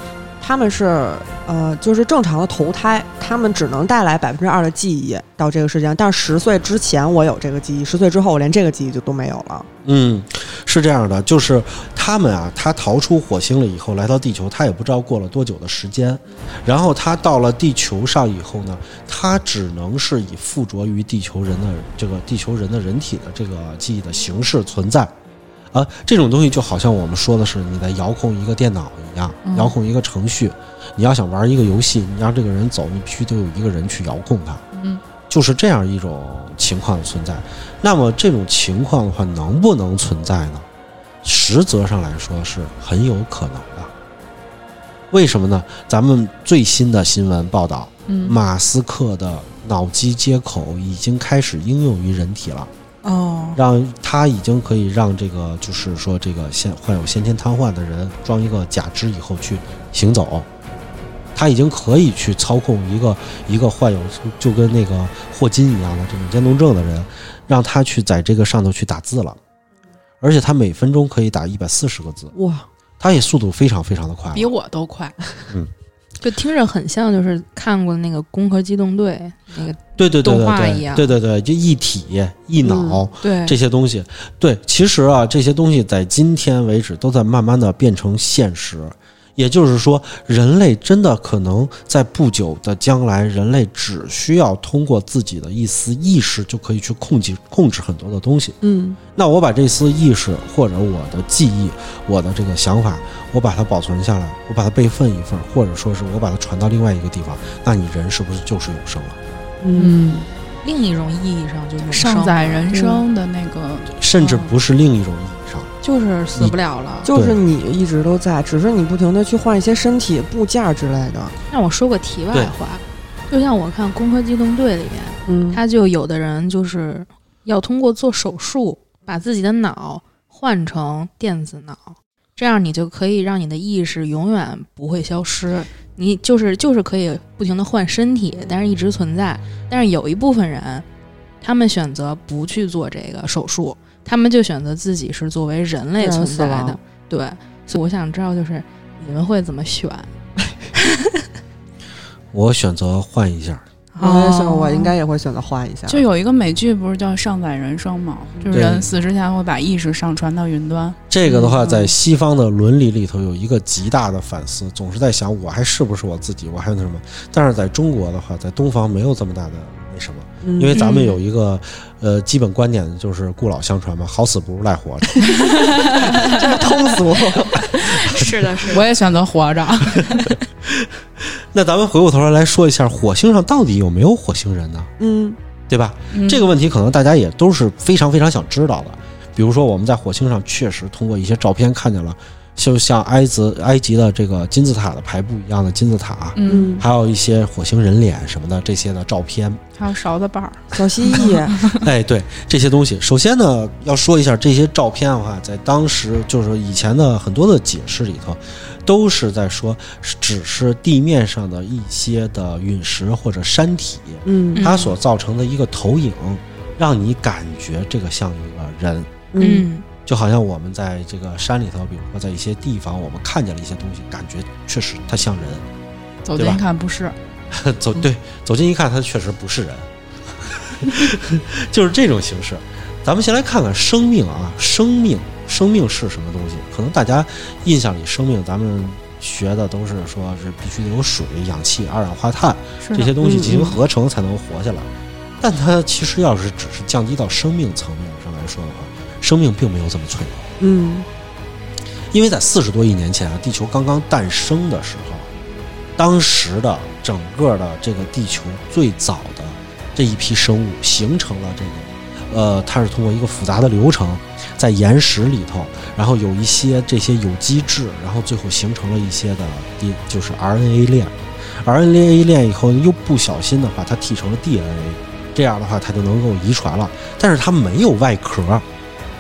他们是呃，就是正常的投胎，他们只能带来百分之二的记忆到这个世界上。但是十岁之前我有这个记忆，十岁之后我连这个记忆就都没有了。
嗯，是这样的，就是他们啊，他逃出火星了以后，来到地球，他也不知道过了多久的时间。然后他到了地球上以后呢，他只能是以附着于地球人的这个地球人的人体的这个记忆的形式存在。啊，这种东西就好像我们说的是你在遥控一个电脑一样，
嗯
遥控一个程序。你要想玩一个游戏，你让这个人走，你必须得有一个人去遥控他。
嗯，
就是这样一种情况的存在。那么这种情况的话，能不能存在呢？实则上来说是很有可能的。为什么呢？咱们最新的新闻报道，
嗯
马斯克的脑机接口已经开始应用于人体了，
哦，
让它已经可以让这个就是说这个先患有先天瘫痪的人装一个假肢以后去行走。他已经可以去操控一个一个患有就跟那个霍金一样的这种渐冻症的人，让他去在这个上头去打字了，而且他每分钟可以打一百四十个字，
哇，
他也速度非常非常的快了，
比我都快。
嗯
就听着很像就是看过那个《攻壳机动队》那个
对对对对
动画
对
一样嗯
对对对，就一体一脑、
对
这些东西，对，其实啊，这些东西在今天为止都在慢慢的变成现实。也就是说，人类真的可能在不久的将来，人类只需要通过自己的一丝意识就可以去控制控制很多的东西。
嗯，
那我把这丝意识或者我的记忆、我的这个想法，我把它保存下来，我把它备份一份，或者说是我把它传到另外一个地方，那你人是不是就是永生了？
嗯，
嗯，
另一种嗯意义上就是永
上
生，
载人生的那个，
甚至不是另一种意义上。
就是死不了了。
就是你一直都在，只是你不停的去换一些身体部件儿之类的。
让我说个题外
对
话，就像我看《攻壳机动队》里面，
嗯，
他就有的人就是要通过做手术把自己的脑换成电子脑，这样你就可以让你的意识永远不会消失。你就是就是可以不停的换身体，但是一直存在。但是有一部分人，他们选择不去做这个手术，他们就选择自己是作为人类
自然
存
死
在的
亡。
对，所以我想知道就是你们会怎么选？
我选择换一下，
我也想，
哦
我应该也会选择换一下。
就有一个美剧不是叫《上载人生》吗？就是
对
人死之前会把意识上传到云端。
这个的话，
嗯
在西方的伦理里头有一个极大的反思，总是在想我还是不是我自己，我还有那什么。但是在中国的话，在东方没有这么大的那什么，
因
因为咱们
嗯
有一个呃基本观点就是故老相传嘛，好死不如赖活着。
通俗，
是的，是
我也选择活着。
那咱们回过头来来说一下，火星上到底有没有火星人呢？
嗯
对吧？这个问题可能大家也都是非常非常想知道的。比如说，我们在火星上确实通过一些照片看见了，就像埃及埃及的这个金字塔的排布一样的金字塔，
嗯，
还有一些火星人脸什么的这些的照片。
还有勺子把儿，
小蜥 蜴，
哎，对这些东西，首先呢，要说一下这些照片的话，在当时就是以前的很多的解释里头，都是在说只是地面上的一些的陨石或者山体，
嗯
它所造成的一个投影，让你感觉这个像一个人。
嗯
就好像我们在这个山里头，比如说在一些地方，我们看见了一些东西，感觉确实它像人。
走近
对吧
一看不是，
走对，走近一看，它确实不是人， 就是这种形式。咱们先来看看生命啊，生命，生命是什么东西？可能大家印象里，生命咱们学的都是说是必须得有水、氧气、二氧化碳
是的
这些东西进
嗯
行
嗯
合成才能活下来。但它其实要是只是降低到生命层面上来说的话，生命并没有这么脆弱。
嗯
因为在四十多亿年前啊，地球刚刚诞生的时候，当时的整个的这个地球最早的这一批生物形成了这个，呃，它是通过一个复杂的流程，在岩石里头，然后有一些这些有机质，然后最后形成了一些的 D，就是 RNA 链，RNA 链以后又不小心的把它替成了 DNA，这样的话它就能够遗传了，但是它没有外壳。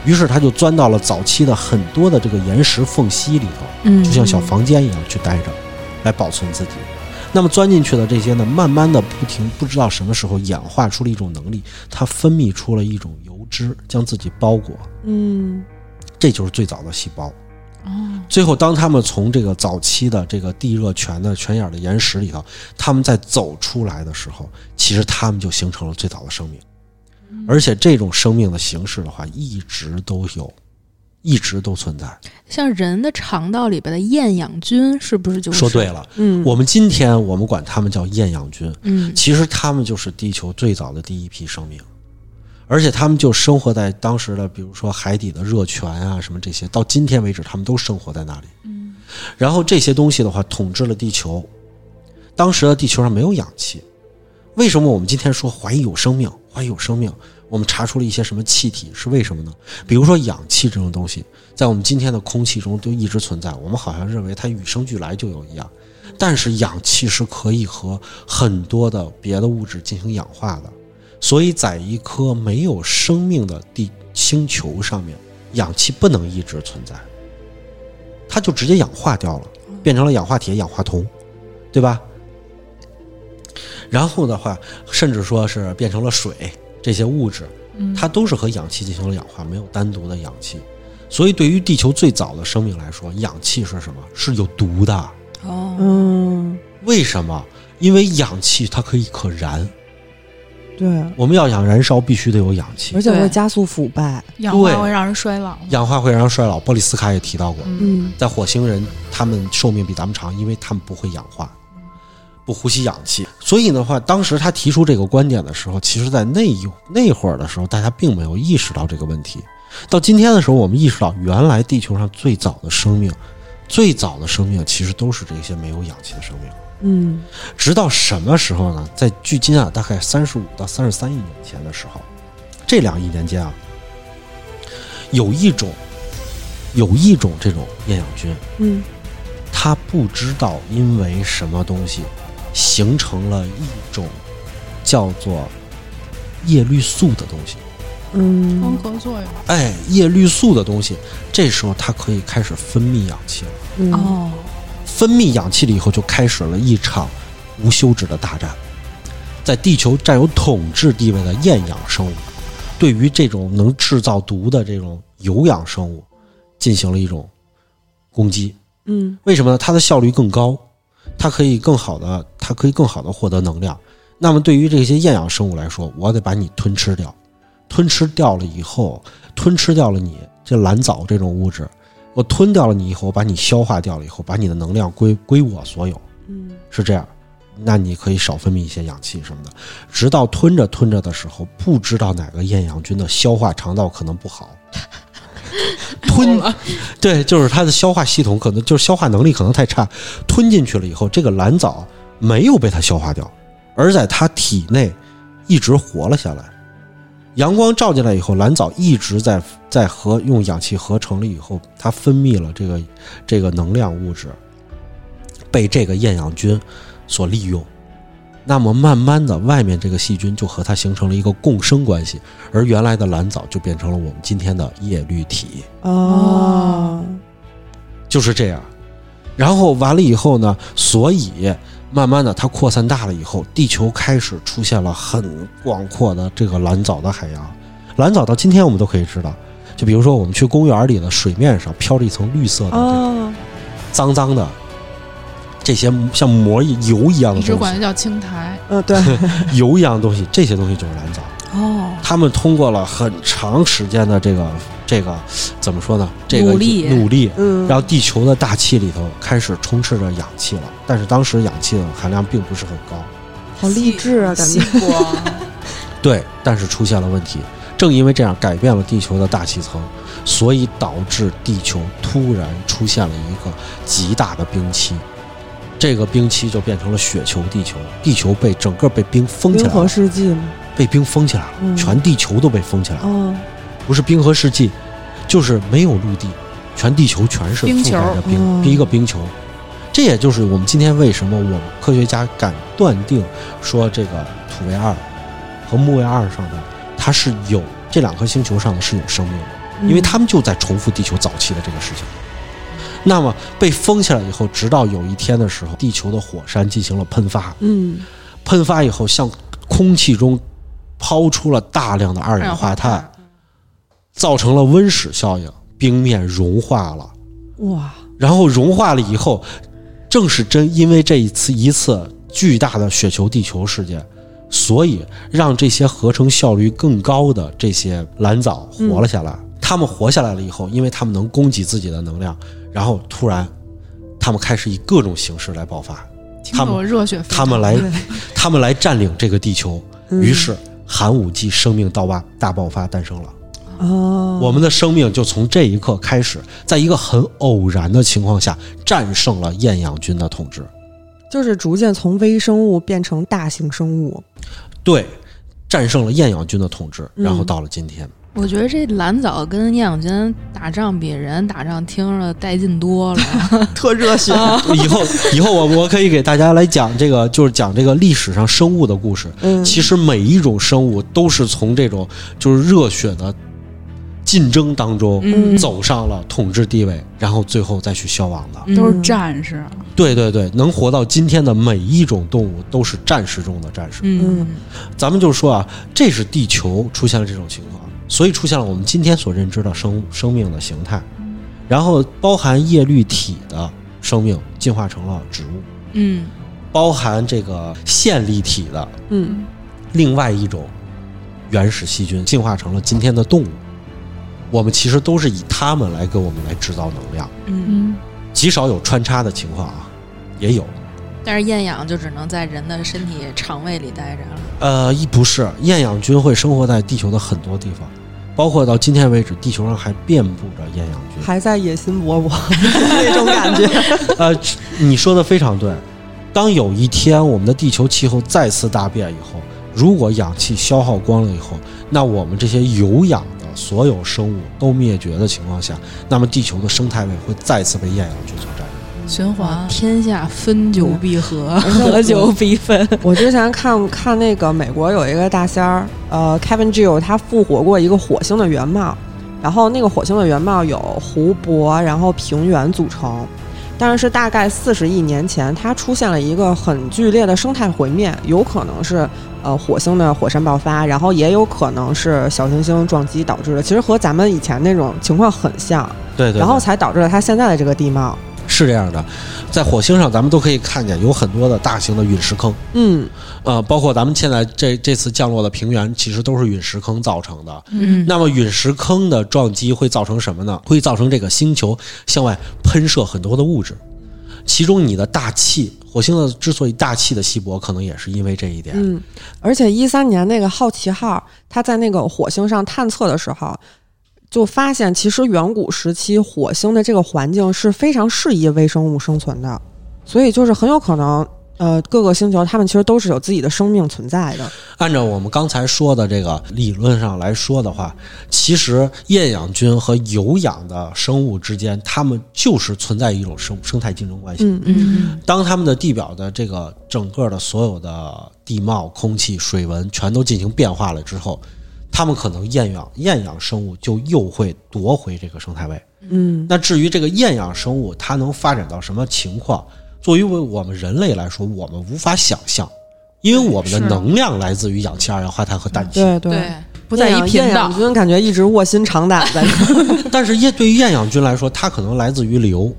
于是它就钻到了早期的很多的这个岩石缝隙里头，
嗯，
就像小房间一样去待着，来保存自己。那么钻进去的这些呢，慢慢的不停，不知道什么时候演化出了一种能力，它分泌出了一种油脂，将自己包裹，
嗯
这就是最早的细胞。
哦，
最后，当他们从这个早期的这个地热泉的泉眼的岩石里头，他们在走出来的时候，其实他们就形成了最早的生命，而且这种生命的形式的话，一直都有，一直都存在。
像人的肠道里边的厌氧菌，是不是就是？
说对，了，
嗯，
我们今天我们管他们叫厌氧菌，
嗯，
其实他们就是地球最早的第一批生命，而且他们就生活在当时的，比如说海底的热泉啊什么这些，到今天为止他们都生活在那里。
嗯，
然后这些东西的话，统治了地球。当时的地球上没有氧气，为什么我们今天说怀疑有生命？怀疑有生命，我们查出了一些什么气体是为什么呢？比如说氧气这种东西，在我们今天的空气中都一直存在，我们好像认为它与生俱来就有一样，但是氧气是可以和很多的别的物质进行氧化的，所以在一颗没有生命的地星球上面，氧气不能一直存在，它就直接氧化掉了，变成了氧化铁、氧化铜，对吧？然后的话，甚至说是变成了水这些物质，它都是和氧气进行了氧化，没有单独的氧气。所以，对于地球最早的生命来说，氧气是什么？是有毒的。
哦，
嗯，
为什么？因为氧气它可以可燃，
对，
我们要想燃烧，必须得有氧气
而。且会
对
加速腐败。
氧化
对
会让人衰老。
氧化会让人衰老，波利斯卡也提到过，
嗯，
嗯
在火星人他们寿命比咱们长，因为他们不会氧化，不呼吸氧气。所以的话，当时他提出这个观点的时候，其实在那一那会儿的时候，大家并没有意识到这个问题。到今天的时候，我们意识到，原来地球上最早的生命，最早的生命其实都是这些没有氧气的生命。
嗯
直到什么时候呢？在距今啊，大概三十五到三十三亿年前的时候，这两亿年间啊，有一种，有一种这种厌氧菌，
嗯
它不知道因为什么东西形成了一种叫做叶绿素的东西。
嗯
光合作用。
哎，叶绿素的东西，这时候它可以开始分泌氧气了。
嗯，
哦，
分泌氧气了以后，就开始了一场无休止的大战。在地球占有统治地位的厌氧生物，对于这种能制造毒的这种有氧生物，进行了一种攻击。
嗯
为什么呢？它的效率更高，它可以更好的，它可以更好的获得能量。那么对于这些厌氧生物来说，我得把你吞吃掉，吞吃掉了以后，吞吃掉了你这蓝藻这种物质，我吞掉了你以后，我把你消化掉了以后，把你的能量归归我所有，
嗯
是这样。那你可以少分泌一些氧气什么的，直到吞着吞着的时候，不知道哪个厌氧菌的消化肠道可能 不好，吞对，就是它的消化系统可能就是消化能力可能太差，吞进去了以后，这个蓝藻没有被它消化掉，而在它体内一直活了下来。阳光照进来以后，蓝藻一直在在和用氧气合成了以后，它分泌了这个这个能量物质，被这个厌氧菌所利用。那么慢慢的，外面这个细菌就和它形成了一个共生关系，而原来的蓝藻就变成了我们今天的叶绿体。
哦，
就是这样。然后完了以后呢，所以慢慢的它扩散大了以后，地球开始出现了很广阔的这个蓝藻的海洋。蓝藻到今天我们都可以知道，就比如说我们去公园里的水面上飘着一层绿色的、
哦，
脏脏的这些像膜一油一样的
你只
东
管
西，
它叫青苔。
嗯， 对，
油一样的东西，这些东西就是蓝藻。
哦，
他们通过了很长时间的这个这个怎么说呢？这个
努力
努力，
嗯，
然后地球的大气里头开始充斥着氧气了，但是当时氧气的含量并不是很高。
好励志啊，感觉
西瓜，
对，但是出现了问题，正因为这样改变了地球的大气层，所以导致地球突然出现了一个极大的冰期。这个冰期就变成了雪球地球，地球被整个被冰封起
冰
来
河
了，
世纪嘛，
被冰封起来了，
嗯
全地球都被封起来了，
哦，
不是冰河世纪，就是没有陆地，全地球全是
冰
覆
球
盖着冰，
嗯
第一个冰球。这也就是我们今天为什么我们科学家敢断定说这个土卫二和木卫二上的它是有这两颗星球上的是有生命的，
嗯
因为他们就在重复地球早期的这个事情。那么被封起来以后，直到有一天的时候，地球的火山进行了喷发，
嗯，
喷发以后向空气中抛出了大量的二氧化碳，造成了温室效应，冰面融化了。
哇，
然后融化了以后，正是真因为这一次一次巨大的雪球地球事件，所以让这些合成效率更高的这些蓝藻活了下
嗯
来。它们活下来了以后，因为它们能供给自己的能量，然后突然，它们开始以各种形式来爆发，
听得我热血沸腾。
它们来，它们来占领这个地球。
嗯
于是，寒武纪生命大爆大爆发诞生了。
哦，
我们的生命就从这一刻开始，在一个很偶然的情况下战胜了厌氧菌的统治。
就是逐渐从微生物变成大型生物。
对，战胜了厌氧菌的统治，
嗯
然后到了今天。
我觉得这蓝藻跟厌氧菌打仗比人打仗听着带劲多了。
特热血，
以后以后我我可以给大家来讲这个，就是讲这个历史上生物的故事。
嗯，
其实每一种生物都是从这种就是热血的竞争当中
嗯，
走上了统治地位，然后最后再去消亡的。
嗯
都是战士，
对对对，能活到今天的每一种动物都是战士中的战士。
嗯
咱们就说啊，这是地球出现了这种情况，所以出现了我们今天所认知的生生命的形态，
嗯
然后包含叶绿体的生命进化成了植物，
嗯
包含这个线粒体的
嗯
另外一种原始细菌进化成了今天的动物。我们其实都是以它们来给我们来制造能量，
嗯，
嗯，
极少有穿插的情况啊，也有。
但是厌氧就只能在人的身体肠胃里待着了。
呃，一不是厌氧菌会生活在地球的很多地方，包括到今天为止，地球上还遍布着厌氧菌。
还在野心勃 勃那种感觉。
呃，你说的非常对。当有一天我们的地球气候再次大变以后，如果氧气消耗光了以后，那我们这些有氧的所有生物都灭绝的情况下，那么地球的生态位会再次被厌氧菌所占领。
循环。
天下分久必合，
嗯
合久必分。
我之前看看那个美国有一个大仙儿，呃，Kevin g i l 他复活过一个火星的原貌，然后那个火星的原貌有湖泊，然后平原组成。但是大概四十亿年前，它出现了一个很剧烈的生态毁灭，有可能是呃火星的火山爆发，然后也有可能是小行星撞击导致的。其实和咱们以前那种情况很像，
对对
然后才导致了它现在的这个地貌。
是这样的，在火星上咱们都可以看见有很多的大型的陨石坑，
嗯，
呃，包括咱们现在这这次降落的平原，其实都是陨石坑造成的。
嗯
那么陨石坑的撞击会造成什么呢？会造成这个星球向外喷射很多的物质，其中你的大气，火星的之所以大气的稀薄，可能也是因为这一点。
嗯，而且一三年那个好奇号，它在那个火星上探测的时候，就发现其实远古时期火星的这个环境是非常适宜微生物生存的，所以就是很有可能，呃，各个星球它们其实都是有自己的生命存在的。
按照我们刚才说的这个理论上来说的话，其实厌氧菌和有氧的生物之间，它们就是存在一种生生态竞争关系。
嗯
嗯
当它们的地表的这个整个的所有的地貌、空气、水文全都进行变化了之后，它们可能厌氧厌氧生物就又会夺回这个生态位。
嗯
那至于这个厌氧生物它能发展到什么情况，作为我们人类来说，我们无法想象，因为我们的
是
能量来自于氧气、二氧化碳和氮气。
对对，
对，
不在一频
厌
道
氧，菌感觉一直卧薪尝胆在。
但是厌对于厌氧菌来说，它可能来自于硫，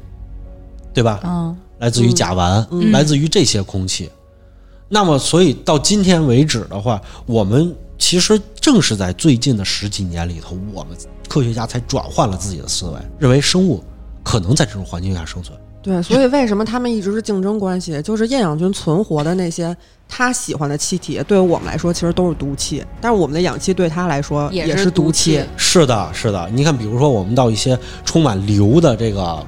对吧？
嗯，
来自于甲烷，
嗯
来自于这些空气。那么，所以到今天为止的话，我们其实正是在最近的十几年里头，我们科学家才转换了自己的思维，认为生物可能在这种环境下生存。
对，所以为什么他们一直是竞争关系？就是厌氧菌存活的那些他喜欢的气体，对于我们来说其实都是毒气，但是我们的氧气对他来说
也
是
是
毒
毒气
是的，是的。你看，比如说我们到一些充满硫的这个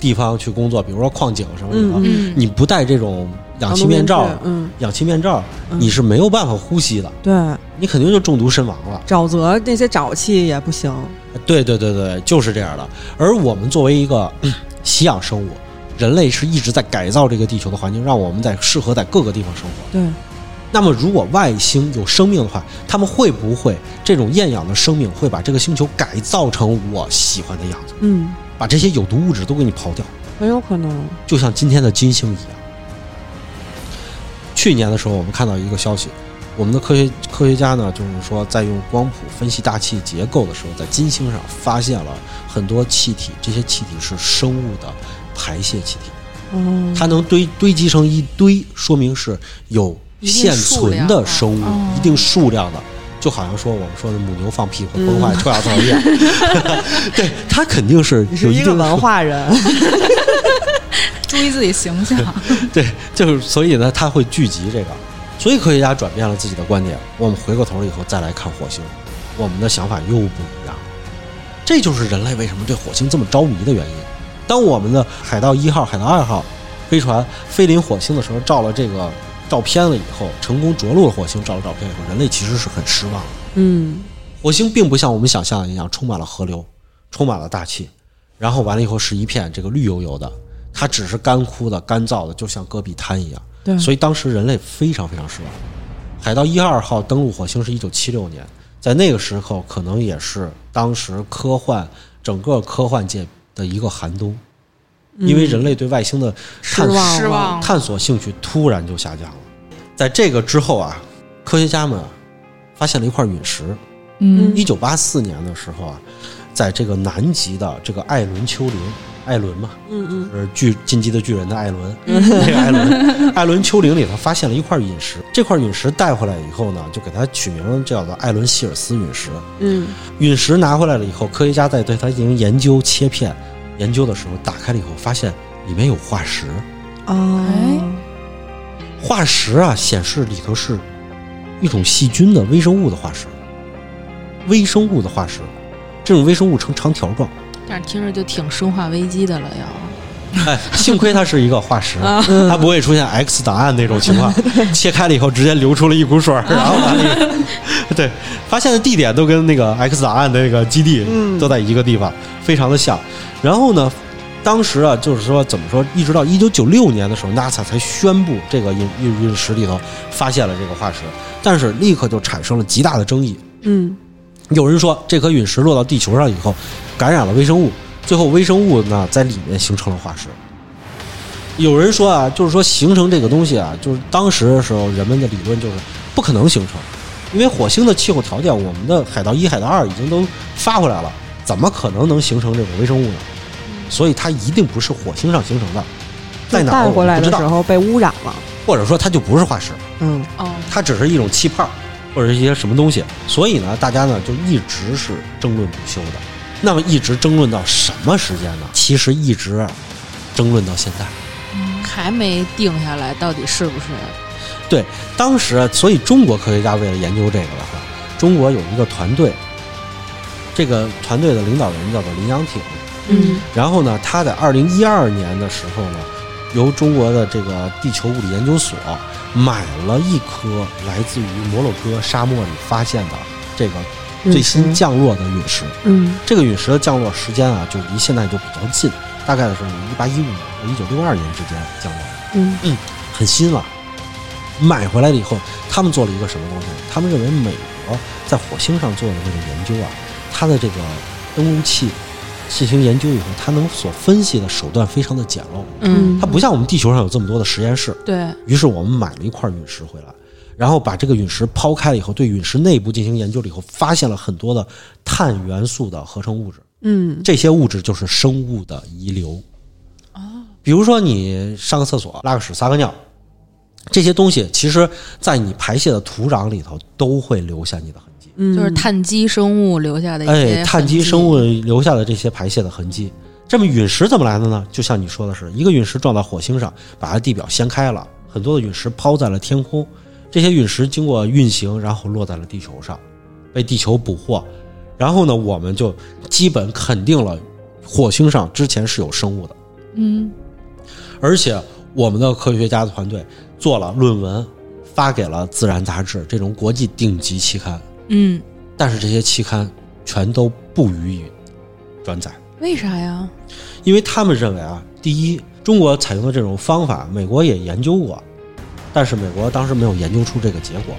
地方去工作，比如说矿井什么
嗯
的，
嗯
嗯，
你不戴这种氧气面罩，
嗯，
氧气面罩
嗯
你是没有办法呼吸的，
对，
你肯定就中毒身亡了。
沼泽那些沼气也不行。
对对对对，就是这样的。而我们作为一个嗯吸氧生物，人类是一直在改造这个地球的环境，让我们在适合在各个地方生活。
对，
那么，如果外星有生命的话，他们会不会这种厌氧的生命会把这个星球改造成我喜欢的样子，
嗯，
把这些有毒物质都给你刨掉，
很有可能。
就像今天的金星一样？去年的时候，我们看到一个消息，我们的科学科学家呢，就是说在用光谱分析大气结构的时候，在金星上发现了很多气体，这些气体是生物的排泄气体，
嗯，
它能堆堆积成一堆，说明是有现存的生物，一定数量哦嗯的。就好像说我们说的母牛放屁会崩坏臭氧层一样， 对，它肯定是
你
有
是一
一定
个
的
文化人，
注意自己形象。
对，就是所以呢，它会聚集这个，所以科学家转变了自己的观点。我们回过头以后再来看火星，我们的想法又不一样了。这就是人类为什么对火星这么着迷的原因。当我们的海盗一号、海盗二号飞船飞临火星的时候照了这个照片了以后，成功着陆了火星，照了照片以后，人类其实是很失望的。
嗯，
火星并不像我们想象的一样充满了河流，充满了大气，然后完了以后是一片这个绿油油的，它只是干枯的、干燥的，就像戈壁滩一样。
对
所以当时人类非常非常失望。海盗一二号登陆火星是一九七六年，在那个时候可能也是当时科幻整个科幻界的一个寒冬，因为人类对外星的
失
探
望
嗯失
了
望
探索兴趣突然就下降了。在这个之后啊，科学家们啊发现了一块陨石，
嗯
一九八四年的时候啊，在这个南极的这个艾伦丘陵，艾伦嘛，
嗯嗯
就是巨进击的巨人的艾伦，那个艾伦，艾伦丘陵里头发现了一块陨石，这块陨石带回来以后呢，就给它取名叫做艾伦希尔斯陨石。
嗯
陨石拿回来了以后，科学家在对它进行研究切片研究的时候，打开了以后发现里面有化石，
哦，
哎，
化石啊显示里头是一种细菌的微生物的化石，微生物的化石，这种微生物呈长条状。
但是听着就挺《生化危机》的了，要
哎， 幸亏它是一个化石，它不会出现 X 档案那种情况，切开了以后直接流出了一股水儿，然后把那个对发现的地点都跟那个 X 档案的那个基地
嗯
都在一个地方，非常的像。然后呢，当时啊，就是说怎么说，一直到一九九六年的时候，NASA 才宣布这个陨陨陨石里头发现了这个化石，但是立刻就产生了极大的争议。
嗯
有人说，这颗陨石落到地球上以后，感染了微生物，最后微生物呢在里面形成了化石。有人说啊，就是说形成这个东西啊，就是当时的时候人们的理论就是不可能形成，因为火星的气候条件，我们的海盗一、海盗二已经都发回来了，怎么可能能形成这种微生物呢？所以它一定不是火星上形成的，在哪儿
带
我
回
们
来
不知
的时
道，
候被污染了，
或者说它就不是化石。
嗯
哦，
它只是一种气泡或者是一些什么东西，所以呢，大家呢就一直是争论不休的。那么一直争论到什么时间呢？其实一直啊争论到现在。
还没定下来到底是不是？
当时啊，所以中国科学家为了研究这个的话，中国有一个团队，这个团队的领导人叫做林阳挺。
嗯
然后呢，他在二零一二年的时候呢，由中国的这个地球物理研究所买了一颗来自于摩洛哥沙漠里发现的这个最新
嗯
降落的陨石。
嗯
这个陨石的降落时间啊，就离现在就比较近，大概的是一八一五年和一九六二年之间降落，
嗯
很新了。买回来了以后，他们做了一个什么东西呢？他们认为美国在火星上做的这个研究啊，它的这个登陆器进行研究以后，它能所分析的手段非常的简陋，
嗯，
它不像我们地球上有这么多的实验室。
对，
于是我们买了一块陨石回来，然后把这个陨石抛开了以后，对陨石内部进行研究了以后，发现了很多的碳元素的合成物质。
嗯
这些物质就是生物的遗留。比如说你上个厕所拉个屎撒个尿，这些东西其实在你排泄的土壤里头都会留下你的痕迹。
嗯，
就是碳基生物留下的一些
哎，碳基
痕迹
生物留下的这些排泄的痕迹。这么陨石怎么来的呢？就像你说的是，一个陨石撞到火星上，把它地表掀开了，很多的陨石抛在了天空。这些陨石经过运行，然后落在了地球上，被地球捕获。然后呢，我们就基本肯定了火星上之前是有生物的，
嗯，
而且我们的科学家团队做了论文，发给了《自然》杂志这种国际顶级期刊。
嗯，
但是这些期刊全都不予以转载，
为啥呀？
因为他们认为啊，第一，中国采用的这种方法，美国也研究过，但是美国当时没有研究出这个结果，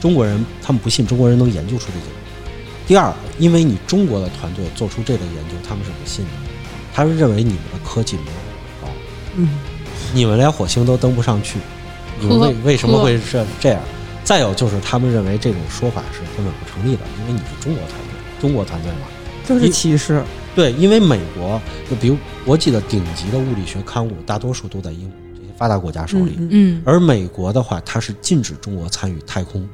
中国人他们不信中国人能研究出这结果。第二，因为你中国的团队做出这类研究，他们是不信的，他们认为你们的科技没有我们高，
嗯
你们连火星都登不上去，你们为为什么会是这样？再有就是，他们认为这种说法是根本不成立的，因为你是中国团队，中国团队嘛。
这是歧视，
对，因为美国就比如国际的顶级的物理学刊物，大多数都在英国这些发达国家手里，
嗯
嗯，
而美国的话，它是禁止中国参与太空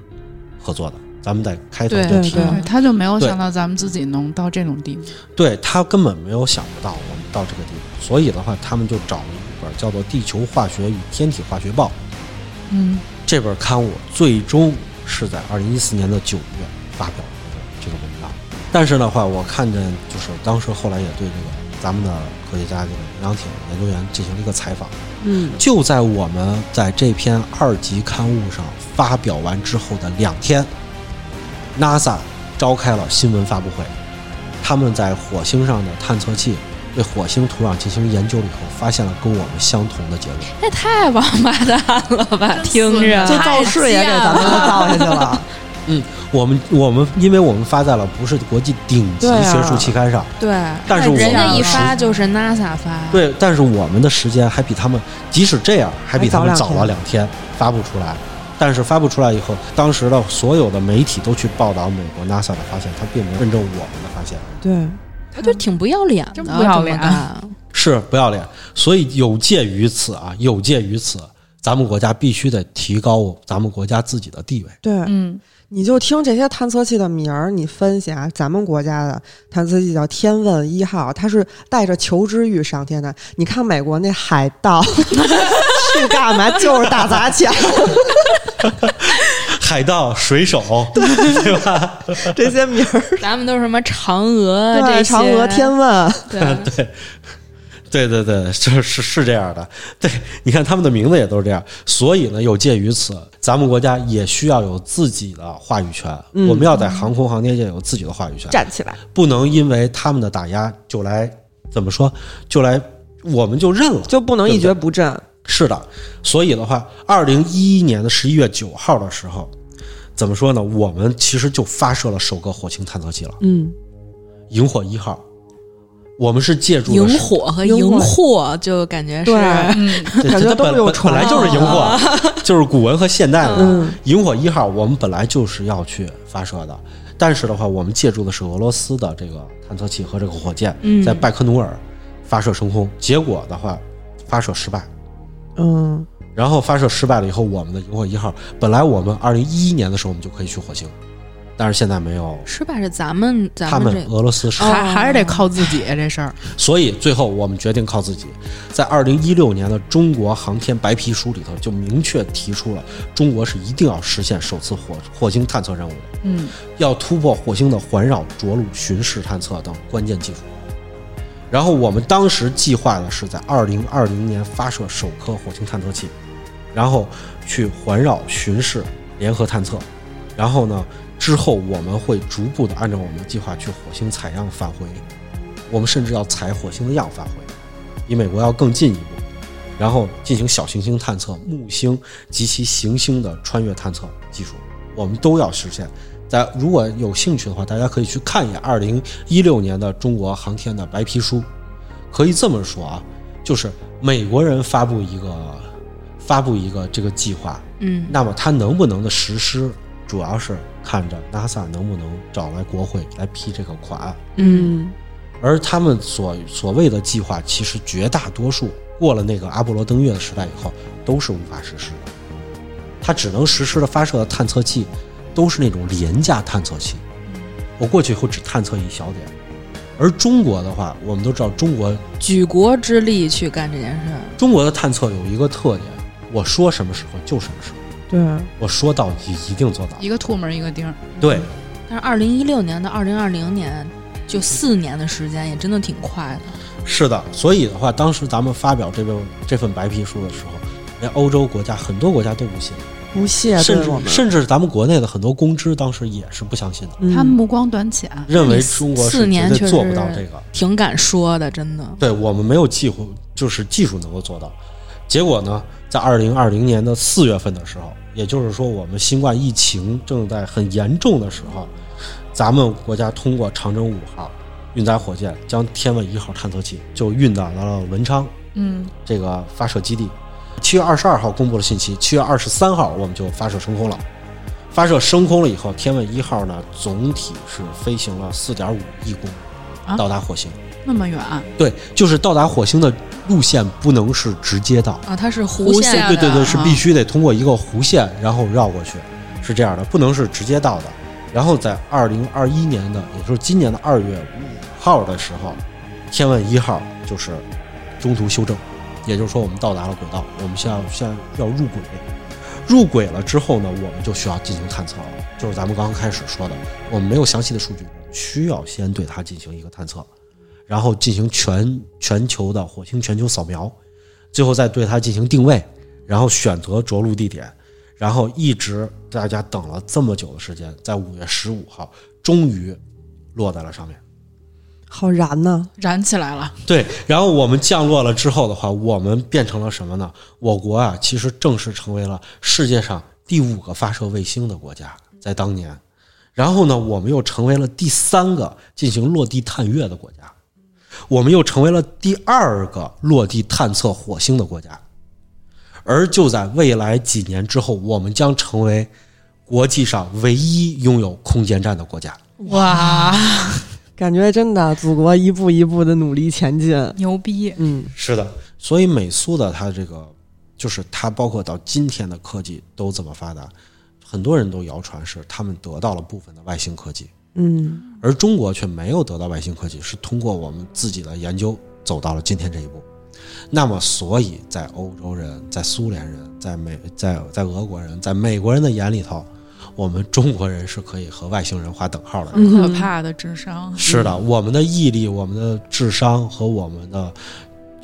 合作的。咱们在开头
对
就提到，
嗯
对，他就没有
对
想到咱们自己能到这种地步。
对他根本没有想不到我们到这个地步，所以的话，他们就找了一本叫做《地球化学与天体化学报》
嗯，
这本刊物最终是在二零一四年的九月发表了这个文章。但是的话，我看见就是当时后来也对这个咱们的科学家这个杨挺研究员进行了一个采访。
嗯
就在我们在这篇二级刊物上发表完之后的两天，NASA 召开了新闻发布会，他们在火星上的探测器对火星土壤进行研究了以后，发现了跟我们相同的结果。
那 太王八蛋了吧？听
损了
这
着，
造势也给咱们造下去了。
我们我们因为我们发在了不是国际顶级
对啊
学术期刊上，
对，
但是我
人家
们
一
时
发就是 NASA 发，
对，但是我们的时间还比他们，即使这样，还比他们
还早
早
两天
了两天发布出来。但是发布出来以后，当时的所有的媒体都去报道美国 NASA 的发现，它并没有认证我们的发现，
对，
我觉得挺不要脸的，
嗯真不要脸
这么干
是不要脸。所以有鉴于此啊，有鉴于此，咱们国家必须得提高咱们国家自己的地位。
对，
嗯，
你就听这些探测器的名儿，你分析啊，咱们国家的探测器叫天问一号，它是带着求知欲上天的。你看美国那海 盗去干嘛，就是打砸抢，
海盗、水手，对吧？
这些名儿，
咱们都是什么嫦娥这
对，
些
嫦娥、天问，
对
对对对，是是是这样的。对，你看他们的名字也都是这样，所以呢，有鉴于此，咱们国家也需要有自己的话语权。
嗯
我们要在航空航天界有自己的话语权，
站起来，
不能因为他们的打压就来怎么说，就来我们就认了。
就不能一蹶不振。
是的，所以的话，二零一一年的十一月九号的时候，怎么说呢？我们其实就发射了首个火星探测器了，
嗯，
萤火一号。我们是借助了
萤火和萤祸，就感觉是
对
嗯
对
感觉
它
都
本
是有
本
传
本来就是萤火，
啊
就是古文和现代的
嗯
萤火一号，我们本来就是要去发射的。但是的话，我们借助的是俄罗斯的这个探测器和这个火箭，
嗯
在拜科努尔发射升空，结果的话发射失败。
嗯，
然后发射失败了以后，我们的萤火一号本来我们二零一一年的时候我们就可以去火星，但是现在没有，
失败是咱们
他
咱
们
这个哦
俄罗斯失败
还哦还是得靠自己这事儿。
所以最后我们决定靠自己，在二零一六年的中国航天白皮书里头就明确提出了，中国是一定要实现首次火火星探测任务的，
嗯，
要突破火星的环绕、着陆、巡视探测等关键技术。然后我们当时计划的是在二零二零年发射首颗火星探测器，然后去环绕、巡视、联合探测，然后呢，之后我们会逐步的按照我们的计划去火星采样返回，我们甚至要采火星的样返回，比美国要更进一步，然后进行小行星探测、木星及其行星的穿越探测技术，我们都要实现。在如果有兴趣的话，大家可以去看一眼二零一六年的中国航天的白皮书。可以这么说啊，就是美国人发布一个发布一个这个计划，
嗯
那么它能不能的实施，主要是看着 NASA 能不能找来国会来批这个款案。
嗯
而他们所所谓的计划，其实绝大多数过了那个阿波罗登月的时代以后，都是无法实施的。它只能实施的发射的探测器，都是那种廉价探测器。我过去以后只探测一小点。而中国的话，我们都知道，中国
举国之力去干这件事儿，
中国的探测有一个特点，我说什么时候就什么时候，
对，
我说到底一定做到。
嗯
一个吐沫儿一个钉儿。
对，
但是二零一六年到二零二零年，就四年的时间，也真的挺快的。
是的，所以的话，当时咱们发表这份这份白皮书的时候，连欧洲国家很多国家都不信，
不屑
甚
对我们
至，甚至咱们国内的很多公知当时也是不相信的，
嗯
他们目光短浅，
认为中国
四
是绝
年
对
确实
做不到这个，
挺敢说的，真
嗯
的。
对我们没有技术，就是技术能够做到。结果呢，在二零二零年的四月份的时候，也就是说我们新冠疫情正在很严重的时候，咱们国家通过长征五号运载火箭将天问一号探测器就运到了文昌，
嗯，
这个发射基地。七月二十二号公布了信息，七月二十三号我们就发射升空了。发射升空了以后，天问一号呢总体是飞行了四点五亿公里，
啊
到达火星。
那么远，
对，就是到达火星的路线不能是直接到，
啊，它是弧
线
线
的
对对对，是
啊
必须得通过一个弧线，然后绕过去，是这样的，不能是直接到的。然后在二零二一年的，也就是今年的二月五号的时候，天问一号就是中途修正，也就是说我们到达了轨道，我们现在现在要入轨。入轨了之后呢，我们就需要进行探测了，就是咱们刚刚开始说的，我们没有详细的数据，需要先对它进行一个探测，然后进行全全球的火星全球扫描，最后再对它进行定位，然后选择着陆地点，然后一直大家等了这么久的时间，在五月十五号终于落在了上面。
好燃呢、
燃起来了，
对，然后我们降落了之后的话，我们变成了什么呢？我国啊，其实正式成为了世界上第五个发射卫星的国家，在当年。然后呢，我们又成为了第三个进行落地探月的国家，我们又成为了第二个落地探测火星的国家。而就在未来几年之后，我们将成为国际上唯一拥有空间站的国家。
哇，
感觉真的祖国一步一步的努力前进。
牛逼！
嗯，
是的，所以美苏的它这个，就是它包括到今天的科技都这么发达，很多人都谣传是他们得到了部分的外星科技，
嗯，
而中国却没有得到外星科技，是通过我们自己的研究走到了今天这一步。那么，所以在欧洲人、在苏联人、在美、在在俄国人、在美国人的眼里头，我们中国人是可以和外星人划等号的。
嗯
可怕的智商，
是
嗯
的，我们的毅力、我们的智商和我们的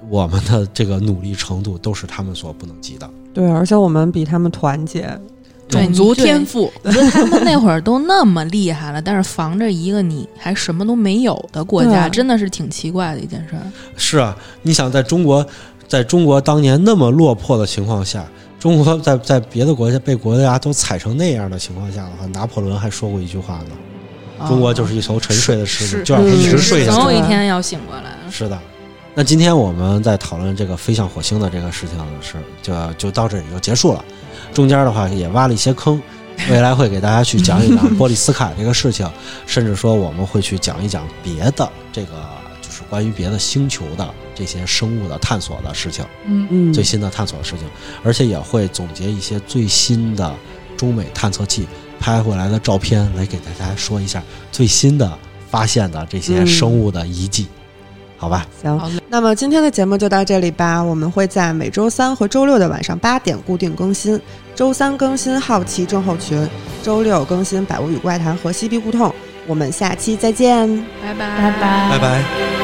我们的这个努力程度，都是他们所不能及的。
对，而且我们比他们团结。
对
种
你
族
对
天赋，
我觉得他们那会儿都那么厉害了，但是防着一个你还什么都没有的国
对
家，
啊
真的是挺奇怪的一件事儿。
是啊，你想，在中国，在中国当年那么落魄的情况下，中国在在别的国家被国家都踩成那样的情况下的话，拿破仑还说过一句话呢：“中国就是一头沉睡的狮
是
子，就让它
嗯
一直
啊是
睡下去。
总有一天要醒过来”。
是的。那今天我们在讨论这个飞向火星的这个事情是就就到这里就结束了，中间的话也挖了一些坑，未来会给大家去讲一 讲 波利斯卡这个事情，甚至说我们会去讲一讲别的这个就是关于别的星球的这些生物的探索的事情。
嗯，
嗯，
最新的探索的事情，而且也会总结一些最新的中美探测器拍回来的照片，来给大家说一下最新的发现的这些
嗯
生物的遗迹，好吧？
好
行
嘞，
那么今天的节目就到这里吧。我们会在每周三和周六的晚上八点固定更新，周三更新《好奇症候群》，周六更新《百物语怪谈》和《西壁胡同》。我们下期再见。
拜拜
拜拜
拜。